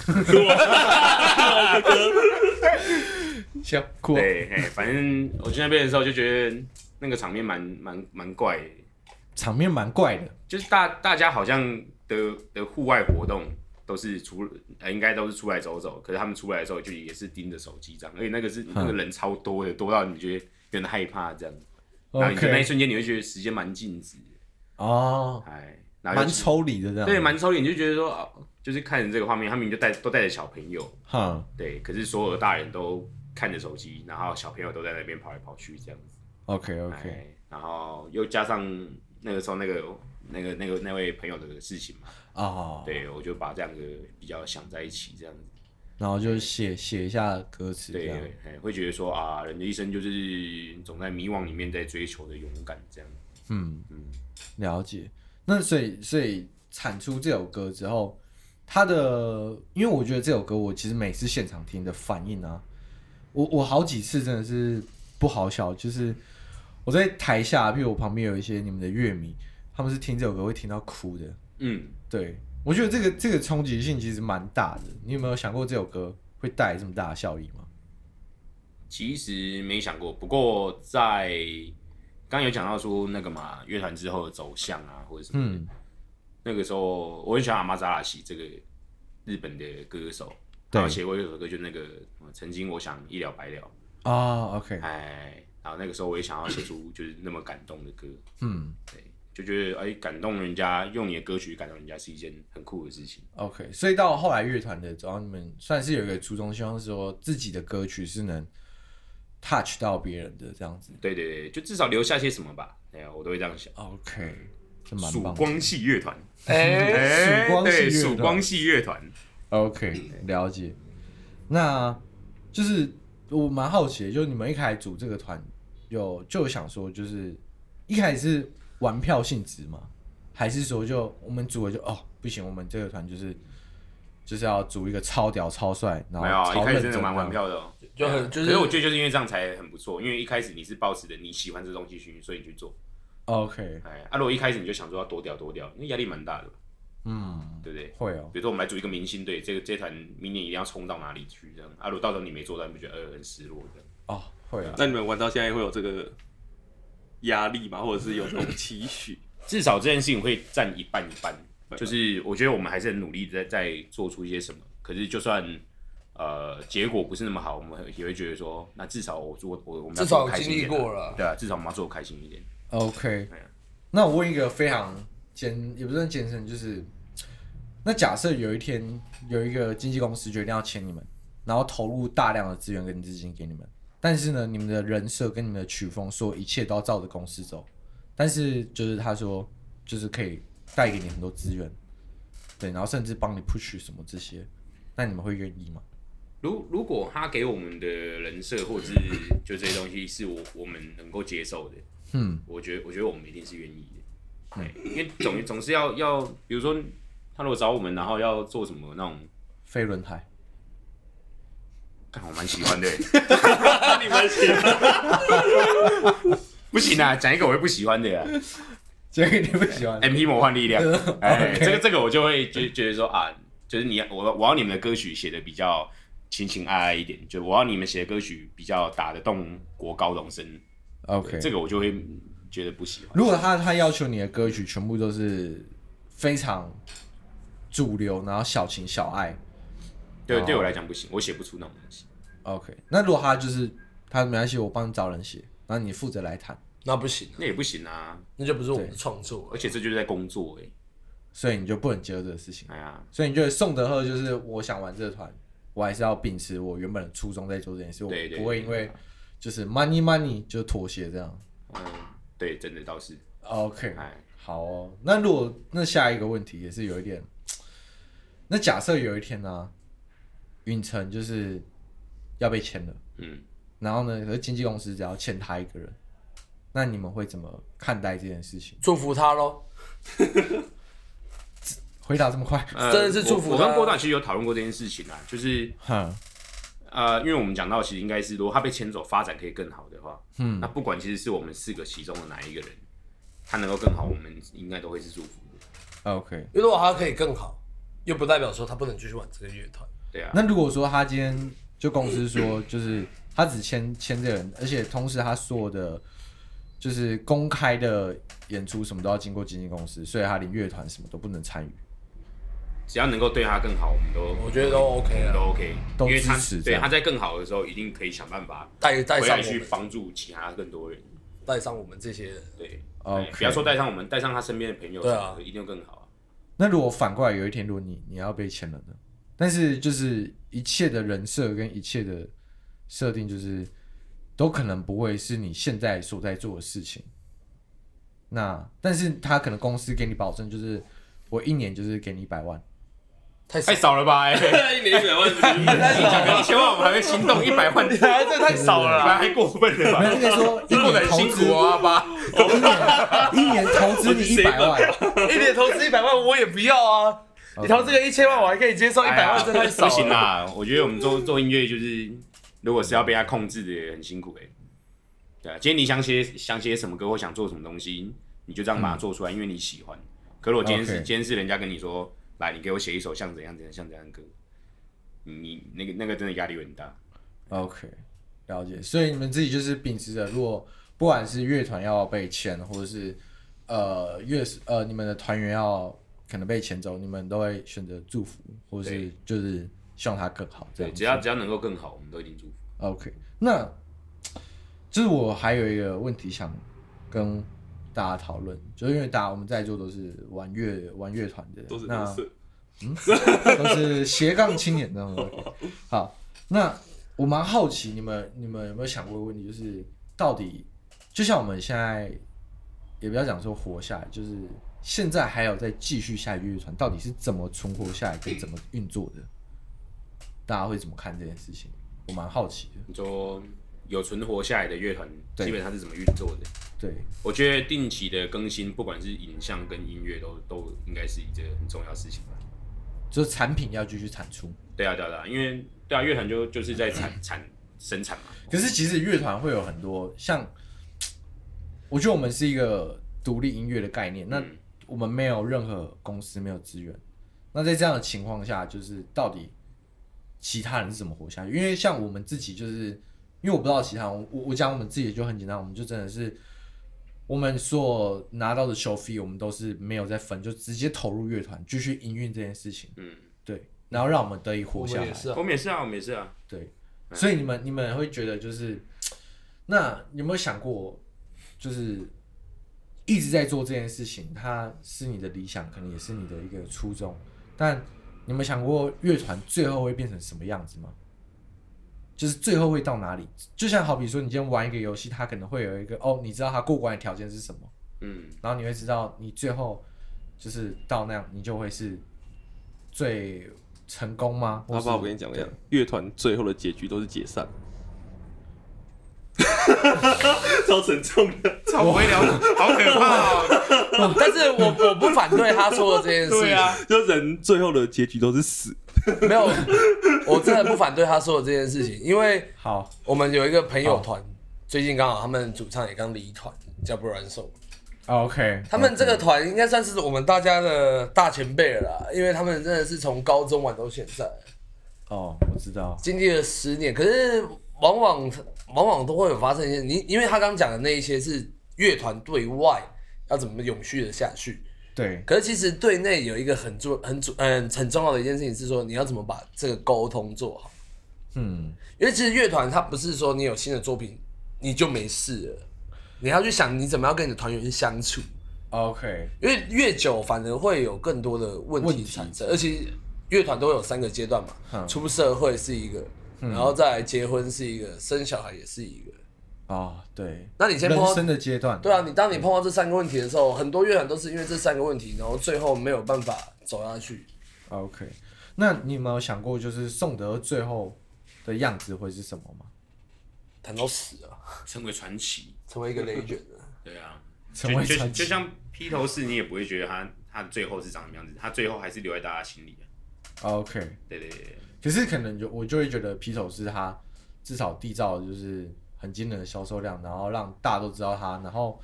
[SPEAKER 2] 笑酷哦，
[SPEAKER 3] 对，哎，反正我去那边的时候就觉得那个场面蛮蛮蛮怪的，
[SPEAKER 2] 场面蛮怪的。
[SPEAKER 3] 就是大大家好像的的户外活动都是出，呃，应该都是出来走走，可是他们出来的时候就也是盯着手机这样，而且那个是那个人超多的，多到你觉得有点害怕这样，然后你就那一
[SPEAKER 2] OK，
[SPEAKER 3] 瞬间你会觉得时间蛮静止的，
[SPEAKER 2] 哦，
[SPEAKER 3] 哎，然后
[SPEAKER 2] 蛮
[SPEAKER 3] 尤其
[SPEAKER 2] 抽离的这样。
[SPEAKER 3] 对，蛮抽离，你就觉得说，啊就是看着这个画面，他们就带都带着小朋友，
[SPEAKER 2] 哈
[SPEAKER 3] 对，可是所有的大人都看着手机，然后小朋友都在那边跑来跑去这样子。
[SPEAKER 2] ，OK OK，
[SPEAKER 3] 哎，然后又加上那个时候那个那个那个那位朋友的事情嘛，
[SPEAKER 2] 哦，
[SPEAKER 3] 对我就把这两个比较想在一起这样子，
[SPEAKER 2] 然后就写写一下歌词这
[SPEAKER 3] 对
[SPEAKER 2] 样。，
[SPEAKER 3] 哎会觉得说啊，人的一生就是总在迷惘里面在追求的勇敢这样。
[SPEAKER 2] 嗯
[SPEAKER 3] 嗯，
[SPEAKER 2] 了解。那所以所以产出这首歌之后，它的因为我觉得这首歌我其实每次现场听的反应啊，我我好几次真的是不好笑，就是我在台下，比如我旁边有一些你们的乐迷，他们是听这首歌会听到哭的。
[SPEAKER 3] 嗯，
[SPEAKER 2] 对我觉得这个这个冲击性其实蛮大的。你有没有想过这首歌会带来这么大的效益吗？
[SPEAKER 3] 其实没想过，不过在刚刚有讲到说那个嘛，乐团之后的走向啊，或者什么，
[SPEAKER 2] 嗯，
[SPEAKER 3] 那个时候我很喜欢阿玛扎拉西这个日本的歌手，
[SPEAKER 2] 对
[SPEAKER 3] 然后写过一首歌，就那个什么曾经我想一了百了，
[SPEAKER 2] 啊，OK，
[SPEAKER 3] 哎，然后那个时候我也想要写出就是那么感动的歌，
[SPEAKER 2] 嗯
[SPEAKER 3] 对，就觉得哎、感动人家，用你的歌曲感动人家是一件很酷的事情。
[SPEAKER 2] ，OK，所以到后来乐团的，主要你们算是有一个初衷，希望说自己的歌曲是能 touch 到别人的这样子。
[SPEAKER 3] 对对对，就至少留下些什么吧。哎呀，我都会这样想。
[SPEAKER 2] OK，这蛮
[SPEAKER 3] 曙
[SPEAKER 2] 棒的。
[SPEAKER 3] 光系乐团，
[SPEAKER 5] 哎，
[SPEAKER 2] 曙
[SPEAKER 3] 哎
[SPEAKER 2] 光系乐团
[SPEAKER 3] 对，曙光系乐团，
[SPEAKER 2] OK，了解。那就是我蛮好奇的，就是你们一开始组这个团，有就有想说，就是一开始是玩票性质吗？还是说就我们组了就哦不行，我们这个团就是就是要组一个超屌超帅，然
[SPEAKER 3] 没有
[SPEAKER 2] 后
[SPEAKER 3] 啊，一
[SPEAKER 2] 超
[SPEAKER 3] 开
[SPEAKER 2] 认
[SPEAKER 3] 始
[SPEAKER 2] 真
[SPEAKER 3] 真的蛮玩
[SPEAKER 2] 的。
[SPEAKER 3] 票的哦。
[SPEAKER 5] 就很就
[SPEAKER 3] 可
[SPEAKER 5] 是，
[SPEAKER 3] 是我觉得就是因为这样才很不错，因为一开始你是抱持的你喜欢这东西去，所以你去做。
[SPEAKER 2] OK，
[SPEAKER 3] 哎，啊，如果一开始你就想说要多屌多屌，那压力蛮大的吧，
[SPEAKER 2] 嗯，
[SPEAKER 3] 对不对？
[SPEAKER 2] 会哦。
[SPEAKER 3] 比如说我们来组一个明星队，这个这团明年一定要冲到哪里去这样。啊，如果到时候你没做到，你不觉得呃很失落的？
[SPEAKER 2] 哦，会啊。
[SPEAKER 4] 那你们玩到现在会有这个压力吗？或者是有这种期 许？
[SPEAKER 3] 至少这件事情会占一半一半，
[SPEAKER 4] 对
[SPEAKER 3] 就是我觉得我们还是很努力地在在做出一些什么。可是就算呃结果不是那么好，我们也会觉得说，那至少我做我我们要
[SPEAKER 5] 至少
[SPEAKER 3] 做得开心一点啊
[SPEAKER 5] 经历过了
[SPEAKER 3] 对啊，至少我们要做得开心一点。
[SPEAKER 2] OK，
[SPEAKER 3] 哎呀
[SPEAKER 2] 啊那我问一个非常艰，也不算艰深，就是那假设有一天有一个经纪公司决定要签你们，然后投入大量的资源跟资金给你们，但是呢，你们的人设跟你们的曲风，所有一切都要照着公司走，但是就是他说，就是可以带给你很多资源，对，然后甚至帮你 push 什么这些，那你们会愿意吗？
[SPEAKER 3] 如如果他给我们的人设或者是就这些东西是我我们能够接受的，
[SPEAKER 2] 嗯，
[SPEAKER 3] 我觉得我觉得我们一定是愿意的，对，因为总总是要要，比如说他如果找我们，然后要做什么那种，
[SPEAKER 2] 飞轮海，
[SPEAKER 3] 看我蛮喜欢的，欸
[SPEAKER 4] 那你们写
[SPEAKER 3] 不行啊，讲一个我会不喜欢的、啊。
[SPEAKER 2] 这个你不喜欢？
[SPEAKER 3] M P 魔幻力量，哎，这个这个我就会就觉得说啊，就是你我我要你们的歌曲写的比较情情爱爱一点，就我要你们写的歌曲比较打得动国高中生，
[SPEAKER 2] OK，
[SPEAKER 3] 这个我就会觉得不喜欢。
[SPEAKER 2] 如果他他要求你的歌曲全部都是非常主流，然后小情小爱
[SPEAKER 3] 对对我来讲不行，我写不出那种东西。
[SPEAKER 2] ，OK。那如果他就是他说没关系，我帮你找人写，然后你负责来弹。
[SPEAKER 5] 那不行、啊，
[SPEAKER 3] 那也不行啊，
[SPEAKER 5] 那就不是我们的创作了
[SPEAKER 3] 而。且这就是在工作哎、
[SPEAKER 2] 所以你就不能接受这个事情。
[SPEAKER 3] 哎呀，
[SPEAKER 2] 所以你觉得宋德赫就是我想玩这个团，我还是要秉持我原本的初衷在做这件事，我
[SPEAKER 3] 对对
[SPEAKER 2] 不会
[SPEAKER 3] 对
[SPEAKER 2] 因为就是 money money 就妥协这样。
[SPEAKER 3] 嗯，对，真的倒是，
[SPEAKER 2] OK，
[SPEAKER 3] 哎，
[SPEAKER 2] 好哦。那如果那下一个问题也是有一点，那假设有一天呢、允晨就是要被签了，
[SPEAKER 3] 嗯，
[SPEAKER 2] 然后呢，可是经纪公司只要签他一个人，那你们会怎么看待这件事情？
[SPEAKER 5] 祝福他喽，
[SPEAKER 2] 回答这么快，
[SPEAKER 3] 呃
[SPEAKER 5] 真的是祝福
[SPEAKER 3] 我。我
[SPEAKER 5] 他
[SPEAKER 3] 跟郭导其实有讨论过这件事情啊，就是
[SPEAKER 2] 哼，
[SPEAKER 3] 呃，因为我们讲到，其实应该是如果他被牵走，发展可以更好的话，
[SPEAKER 2] 嗯
[SPEAKER 3] 那不管其实是我们四个其中的哪一个人，他能够更好，我们应该都会是祝福的，
[SPEAKER 2] ，OK。
[SPEAKER 5] 因为如果他可以更好，又不代表说他不能继续玩这个乐团。
[SPEAKER 3] 对啊，
[SPEAKER 2] 那如果说他今天就公司说，就是他只签签这个人，而且同时他所有的就是公开的演出什么都要经过经纪公司，所以他连乐团什么都不能参与。
[SPEAKER 3] 只要能够对他更好，我们都
[SPEAKER 5] 我觉得都 OK
[SPEAKER 3] 都
[SPEAKER 5] 啊，
[SPEAKER 3] OK，
[SPEAKER 2] 都
[SPEAKER 3] 因为他
[SPEAKER 2] 支持这
[SPEAKER 3] 对
[SPEAKER 2] 样
[SPEAKER 3] 他在更好的时候，一定可以想办法
[SPEAKER 5] 带带
[SPEAKER 3] 回
[SPEAKER 5] 上
[SPEAKER 3] 来
[SPEAKER 5] 我
[SPEAKER 3] 去
[SPEAKER 5] 们，
[SPEAKER 3] 帮助其他更多人，
[SPEAKER 5] 带上我们这些人。
[SPEAKER 3] 对，
[SPEAKER 2] OK
[SPEAKER 3] 哎不要说带上我们，带上他身边的朋友，
[SPEAKER 5] 对啊
[SPEAKER 3] 一定会更好啊。
[SPEAKER 2] 那如果反过来有一天，如果你你要被签了呢？但是就是一切的人设跟一切的设定，就是都可能不会是你现在所在做的事情。那但是他可能公司给你保证，就是我一年就是给你一百万。
[SPEAKER 5] 太
[SPEAKER 3] 太少了吧？哎，
[SPEAKER 4] 一年一百万，
[SPEAKER 3] 你讲个一千万，我们还会心动；一百万，哎这太少了啦，还过分了
[SPEAKER 2] 没
[SPEAKER 3] 吧
[SPEAKER 2] 有，？应该说 一
[SPEAKER 3] 过
[SPEAKER 2] 年
[SPEAKER 3] 得很
[SPEAKER 2] 投
[SPEAKER 3] 辛
[SPEAKER 2] 资
[SPEAKER 3] 苦啊，爸。
[SPEAKER 2] 一年一年投资你一百万，
[SPEAKER 5] 一年投资一百万，我也不要啊！你投资个一千万，我还可以
[SPEAKER 3] 哎
[SPEAKER 5] 接受，一百万真的太少了。
[SPEAKER 3] 不行啦！我觉得我们做做音乐就是，如果是要被他控制的，也很辛苦哎、对啊，今天你想写想写什么歌或想做什么东西，你就这样把它做出来，因为你喜欢。可是我今天是
[SPEAKER 2] OK
[SPEAKER 3] 今天是人家跟你说，来，你给我写一首像怎样怎样像怎样的歌，你那个那个真的压力会很大。
[SPEAKER 2] OK，了解。所以你们自己就是秉持着，如果不管是乐团要被签，或者是呃乐呃你们的团员要可能被签走，你们都会选择祝福，或是
[SPEAKER 3] 对
[SPEAKER 2] 就是希望他更好这
[SPEAKER 3] 对，
[SPEAKER 2] 样子。
[SPEAKER 3] 只要只要能够更好，我们都一定祝福。
[SPEAKER 2] OK，那就是我还有一个问题想跟大家讨论，就是因为大家我们在座都是玩乐玩乐团的，
[SPEAKER 4] 都是
[SPEAKER 2] 那
[SPEAKER 4] 都是，
[SPEAKER 2] 都是斜杠青年那种。好，那我蛮好奇你们你们有没有想过一个问题，就是到底就像我们现在，也不要讲说活下来，就是现在还有在继续下去乐团，到底是怎么存活下来跟怎么运作的？大家会怎么看这件事情？我蛮好奇的。
[SPEAKER 3] 你说有存活下来的乐团，
[SPEAKER 2] 对
[SPEAKER 3] 基本上是怎么运作的？
[SPEAKER 2] 对，
[SPEAKER 3] 我觉得定期的更新，不管是影像跟音乐，都都应该是一件很重要的事情吧。
[SPEAKER 2] 就是产品要继续产出。
[SPEAKER 3] 对啊，对啊，对啊，因为对啊，乐团就就是在产产生产嘛。
[SPEAKER 2] 可是其实乐团会有很多像，我觉得我们是一个独立音乐的概念，那
[SPEAKER 3] 嗯
[SPEAKER 2] 我们没有任何公司没有资源，那在这样的情况下，就是到底其他人是怎么活下去？因为像我们自己，就是因为我不知道其他人，我我讲我们自己就很简单，我们就真的是。我们所拿到的 show fee，我们都是没有在分，就直接投入乐团，继续营运这件事情。
[SPEAKER 3] 嗯，
[SPEAKER 2] 对，然后让我们得以活
[SPEAKER 5] 我
[SPEAKER 2] 下
[SPEAKER 5] 们
[SPEAKER 2] 来
[SPEAKER 5] 也。是啊
[SPEAKER 3] 我，们也是啊，我们也是啊。
[SPEAKER 2] 对，
[SPEAKER 4] 嗯
[SPEAKER 2] 所以你们你们会觉得就是，那有没有想过，就是一直在做这件事情，它是你的理想，可能也是你的一个初衷，但你有没有想过乐团最后会变成什么样子吗？就是最后会到哪里？就像好比说，你今天玩一个游戏，它可能会有一个哦，你知道它过关的条件是什么，
[SPEAKER 3] 嗯，
[SPEAKER 2] 然后你会知道你最后就是到那样，你就会是最成功吗？
[SPEAKER 4] 阿
[SPEAKER 2] 或是
[SPEAKER 4] 爸，我跟你讲一样，乐团最后的结局都是解 散，超沉重的。
[SPEAKER 3] 超无聊，好可怕哦。
[SPEAKER 5] 但是我我不反对他说的这件事情。
[SPEAKER 3] 对啊，
[SPEAKER 4] 就人最后的结局都是死，
[SPEAKER 5] 没有，我真的不反对他说的这件事情，因为
[SPEAKER 2] 好，
[SPEAKER 5] 我们有一个朋友团，最近刚好他们主唱也刚离团，叫 b r a n s o
[SPEAKER 2] OK，
[SPEAKER 5] 他们这个团应该算是我们大家的大前辈了啦，因为他们真的是从高中玩到现在，
[SPEAKER 2] 哦，我知道，
[SPEAKER 5] 经历了十年。可是往往往往都会有发生一些，你因为他刚讲的那一些是乐团对外要怎么永续的下去，
[SPEAKER 2] 对，
[SPEAKER 5] 可是其实对呃内有一个很重很主嗯很重要的一件事情是说，你要怎么把这个沟通做好。
[SPEAKER 2] 嗯，
[SPEAKER 5] 因为其实乐团它不是说你有新的作品你就没事了，你要去想你怎么样跟你的团员相处，
[SPEAKER 2] OK，
[SPEAKER 5] 因为越久反而会有更多的问
[SPEAKER 2] 问
[SPEAKER 5] 题
[SPEAKER 2] 题
[SPEAKER 5] 产生，而且乐团都会有三个阶段嘛，
[SPEAKER 2] 嗯
[SPEAKER 5] 出社会是一个，嗯然后再来结婚是一个，生小孩也是一个。
[SPEAKER 2] 哦，对，
[SPEAKER 5] 那你先碰
[SPEAKER 2] 人
[SPEAKER 5] 到
[SPEAKER 2] 生的阶段，
[SPEAKER 5] 对啊，你当你碰到这三个问题的时候，很多乐团都是因为这三个问题，然后最后没有办法走下去。
[SPEAKER 2] ，OK，那你有没有想过，就是宋德最后的样子会是什么吗？
[SPEAKER 5] 谈到死 啊，
[SPEAKER 3] 成为传奇，
[SPEAKER 5] 成为一个雷卷啊。
[SPEAKER 3] 对啊，
[SPEAKER 2] 成为
[SPEAKER 3] 就就
[SPEAKER 2] 传奇
[SPEAKER 3] 就像披头士，你也不会觉得他他最后是长什么样子，他最后还是留在大家心里啊。
[SPEAKER 2] ，OK，
[SPEAKER 3] 对对对，对
[SPEAKER 2] 可是可能就我就会觉得皮手是他至少缔造的就是很惊人的销售量，然后让大家都知道他，然后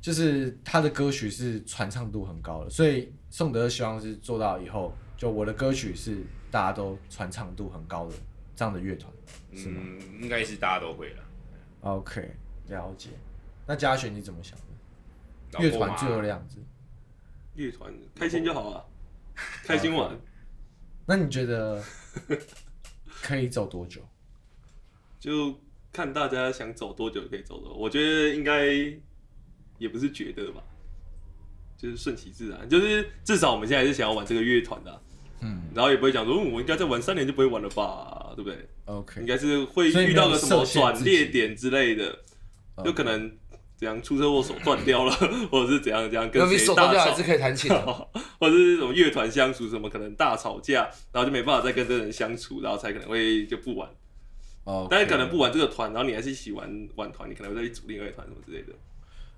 [SPEAKER 2] 就是他的歌曲是传唱度很高的，所以宋德希望是做到以后，就我的歌曲是大家都传唱度很高的这样的乐团。是吗
[SPEAKER 3] 嗯，应该是大家都会了。
[SPEAKER 2] OK，了解。那嘉璇你怎么想的？
[SPEAKER 3] 老
[SPEAKER 2] 乐
[SPEAKER 3] 婆
[SPEAKER 2] 团
[SPEAKER 3] 嘛
[SPEAKER 2] 最后的样子，
[SPEAKER 4] 乐团开心就好啊，开心玩。
[SPEAKER 2] 那你觉得可以走多久？
[SPEAKER 4] 就看大家想走多久可以走多久。我觉得应该也不是觉得吧，就是顺其自然，就是至少我们现在是想要玩这个乐团的啊、
[SPEAKER 2] 嗯
[SPEAKER 4] 然后也不会讲说，嗯，我应该再玩三年就不会玩了吧，对不对？应
[SPEAKER 2] ，OK，
[SPEAKER 4] 该是会
[SPEAKER 2] 所以
[SPEAKER 4] 遇到个什么
[SPEAKER 2] 没有设限自
[SPEAKER 4] 转
[SPEAKER 2] 己
[SPEAKER 4] 裂点之类的，
[SPEAKER 2] 嗯
[SPEAKER 4] 就可能怎样出车祸手断掉了， 或者是怎样怎样跟
[SPEAKER 5] 因为
[SPEAKER 4] 谁
[SPEAKER 5] 嗯手
[SPEAKER 4] 大
[SPEAKER 5] 断掉还
[SPEAKER 4] 吵
[SPEAKER 5] 是可以弹琴 的，
[SPEAKER 4] 或者是什么乐团相处什么，可能大吵架，然后就没办法再跟这个人相处，然后才可能会就不玩。
[SPEAKER 2] 哦，
[SPEAKER 4] 但是可能不玩这个团，然后你还是一起玩玩团，你可能会再去组另外一个团什么之类的，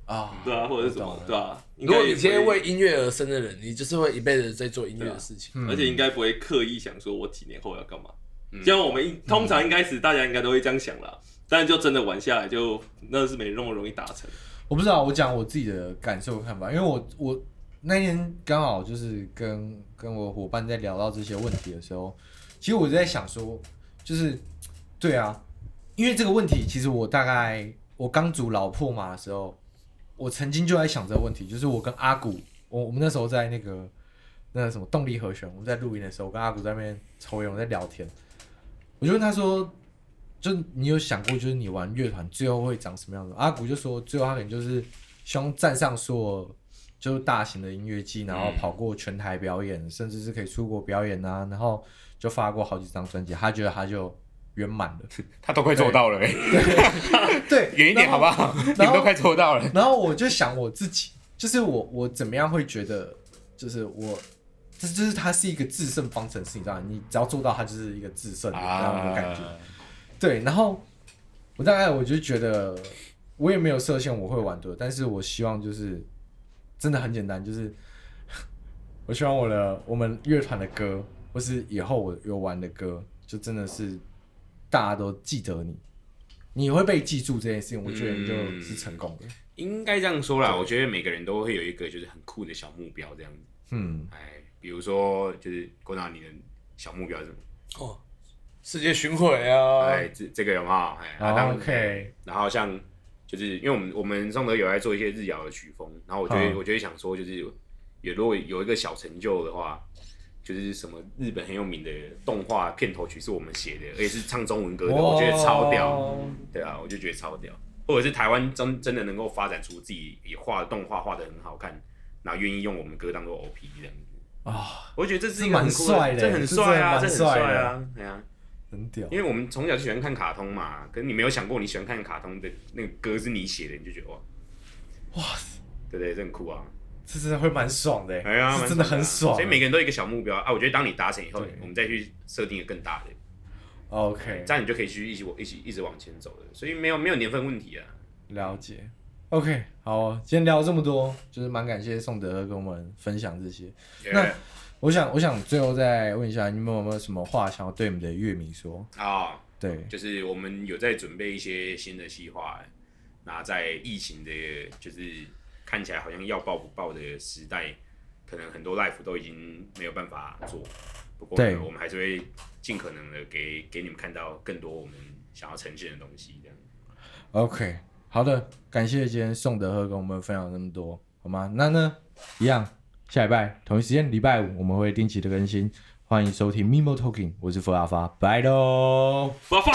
[SPEAKER 2] 啊，
[SPEAKER 4] 对啊，或者是什
[SPEAKER 2] 我懂，
[SPEAKER 4] 么
[SPEAKER 2] 了
[SPEAKER 4] 对啊。应
[SPEAKER 5] 如
[SPEAKER 4] 该
[SPEAKER 5] 果
[SPEAKER 4] 也
[SPEAKER 5] 你
[SPEAKER 4] 不
[SPEAKER 5] 今天
[SPEAKER 4] 会
[SPEAKER 5] 为，音乐而生的人，你就是会一辈子在做音乐的事情。
[SPEAKER 2] 嗯
[SPEAKER 4] 而且应该不会刻意想说我几年后要干嘛。像我们一通常一开始大家应该都会这样想啦，但是就真的玩下来就那是没那么容易达成。
[SPEAKER 2] 我不知道，我讲我自己的感受看法，因为我我那天刚好就是跟跟我伙伴在聊到这些问题的时候，其实我在想说，就是对啊，因为这个问题，其实我大概我刚组老破马的时候，我曾经就在想这个问题，就是我跟阿古，我我们那时候在那个那个什么动力和弦，我们在录音的时候，我跟阿古在那边抽烟，我们在聊天，我就问他说，就你有想过，就是你玩乐团最后会长什么样子吗？阿古就说，最后他可能就是希望站上所有就是大型的音乐季，然后跑过全台表演，甚至是可以出国表演啊，然后就发过好几张专辑，他觉得他就圆满了。
[SPEAKER 6] 他都快做到了、欸，
[SPEAKER 2] 对，
[SPEAKER 6] 远一点
[SPEAKER 2] 然后
[SPEAKER 6] 好不好？你们都快做到 了，
[SPEAKER 2] 然后我就想我自己，就是我我怎么样会觉得，就是我，这就是它是一个制胜方程式，你知道吗，你只要做到它就是一个制胜的那种感觉。
[SPEAKER 6] 啊，
[SPEAKER 2] 对，然后我大概我就觉得，我也没有设限我会玩多，但是我希望就是 真的很简单，就是我希望我的我们乐团的歌，或是以后我有玩的歌，就真的是大家都记得你，你会被记住这件事情，我觉得你就是成功的。
[SPEAKER 3] 应该这样说啦，我觉得每个人都会有一个就是很酷的小目标这样子。
[SPEAKER 2] 嗯，
[SPEAKER 3] 哎，比如说就是郭导，你的小目标是什么？
[SPEAKER 5] 哦，世界巡回啊，
[SPEAKER 3] 哎，这这个有没有？哎，啊当然
[SPEAKER 2] 哦 OK，
[SPEAKER 3] 然后像就是因为我们我们宋德有在做一些日谣的曲风，然后我就会、
[SPEAKER 2] 嗯
[SPEAKER 3] 我就会想说，就是有如果有一个小成就的话，就是什么日本很有名的动画片头曲是我们写的，而且是唱中文歌的，我觉得超屌，
[SPEAKER 2] 哦
[SPEAKER 3] 对啊，我就觉得超屌。或者是台湾真真的能够发展出自己也画的动画画的很好看，然后愿意用我们歌当做 OP 这样子，
[SPEAKER 2] 啊，
[SPEAKER 3] 我觉得这是一个很酷
[SPEAKER 2] 这蛮帅的
[SPEAKER 3] 这很帅啊，
[SPEAKER 2] 这
[SPEAKER 3] 这
[SPEAKER 2] 真
[SPEAKER 3] 很
[SPEAKER 2] 的蛮帅的
[SPEAKER 3] 帅啊，对啊。
[SPEAKER 2] 很屌
[SPEAKER 3] 因为我们从小就喜欢看卡通嘛，可是你没有想过你喜欢看卡通的那个歌是你写的，你就觉得哇，
[SPEAKER 2] 哇！
[SPEAKER 3] 对不对？这很酷啊，
[SPEAKER 2] 这真的会蛮爽的欸，
[SPEAKER 3] 哎呀，
[SPEAKER 2] 是真的
[SPEAKER 3] 蛮啊
[SPEAKER 2] 很爽欸。
[SPEAKER 3] 所以每个人都有一个小目标啊，我觉得当你达成以后
[SPEAKER 2] 对，
[SPEAKER 3] 我们再去设定一个更大的，
[SPEAKER 2] OK，
[SPEAKER 3] 这样你就可以去一起我一起一直往前走了。所以没有没有年份问题啊，
[SPEAKER 2] 了解。OK，好哦，今天聊这么多，就是蛮感谢宋德跟我们分享这些。那我想，我想最后再问一下，你们有没有什么话想要对我们的乐迷说？
[SPEAKER 3] 啊、哦
[SPEAKER 2] 对，
[SPEAKER 3] 就是我们有在准备一些新的计划，那在疫情的，就是看起来好像要爆不爆的时代，可能很多 life 都已经没有办法做。不过
[SPEAKER 2] 对
[SPEAKER 3] 呢，我们还是会尽可能的给给你们看到更多我们想要呈现的东西。这样，
[SPEAKER 2] OK，好的，感谢今天宋德赫跟我们分享那么多，好吗？那呢，一样，下礼拜同一时间，礼拜五我们会定期的更新。欢迎收听 Mimo Talking，我是佛阿发，拜喽。
[SPEAKER 4] 发发。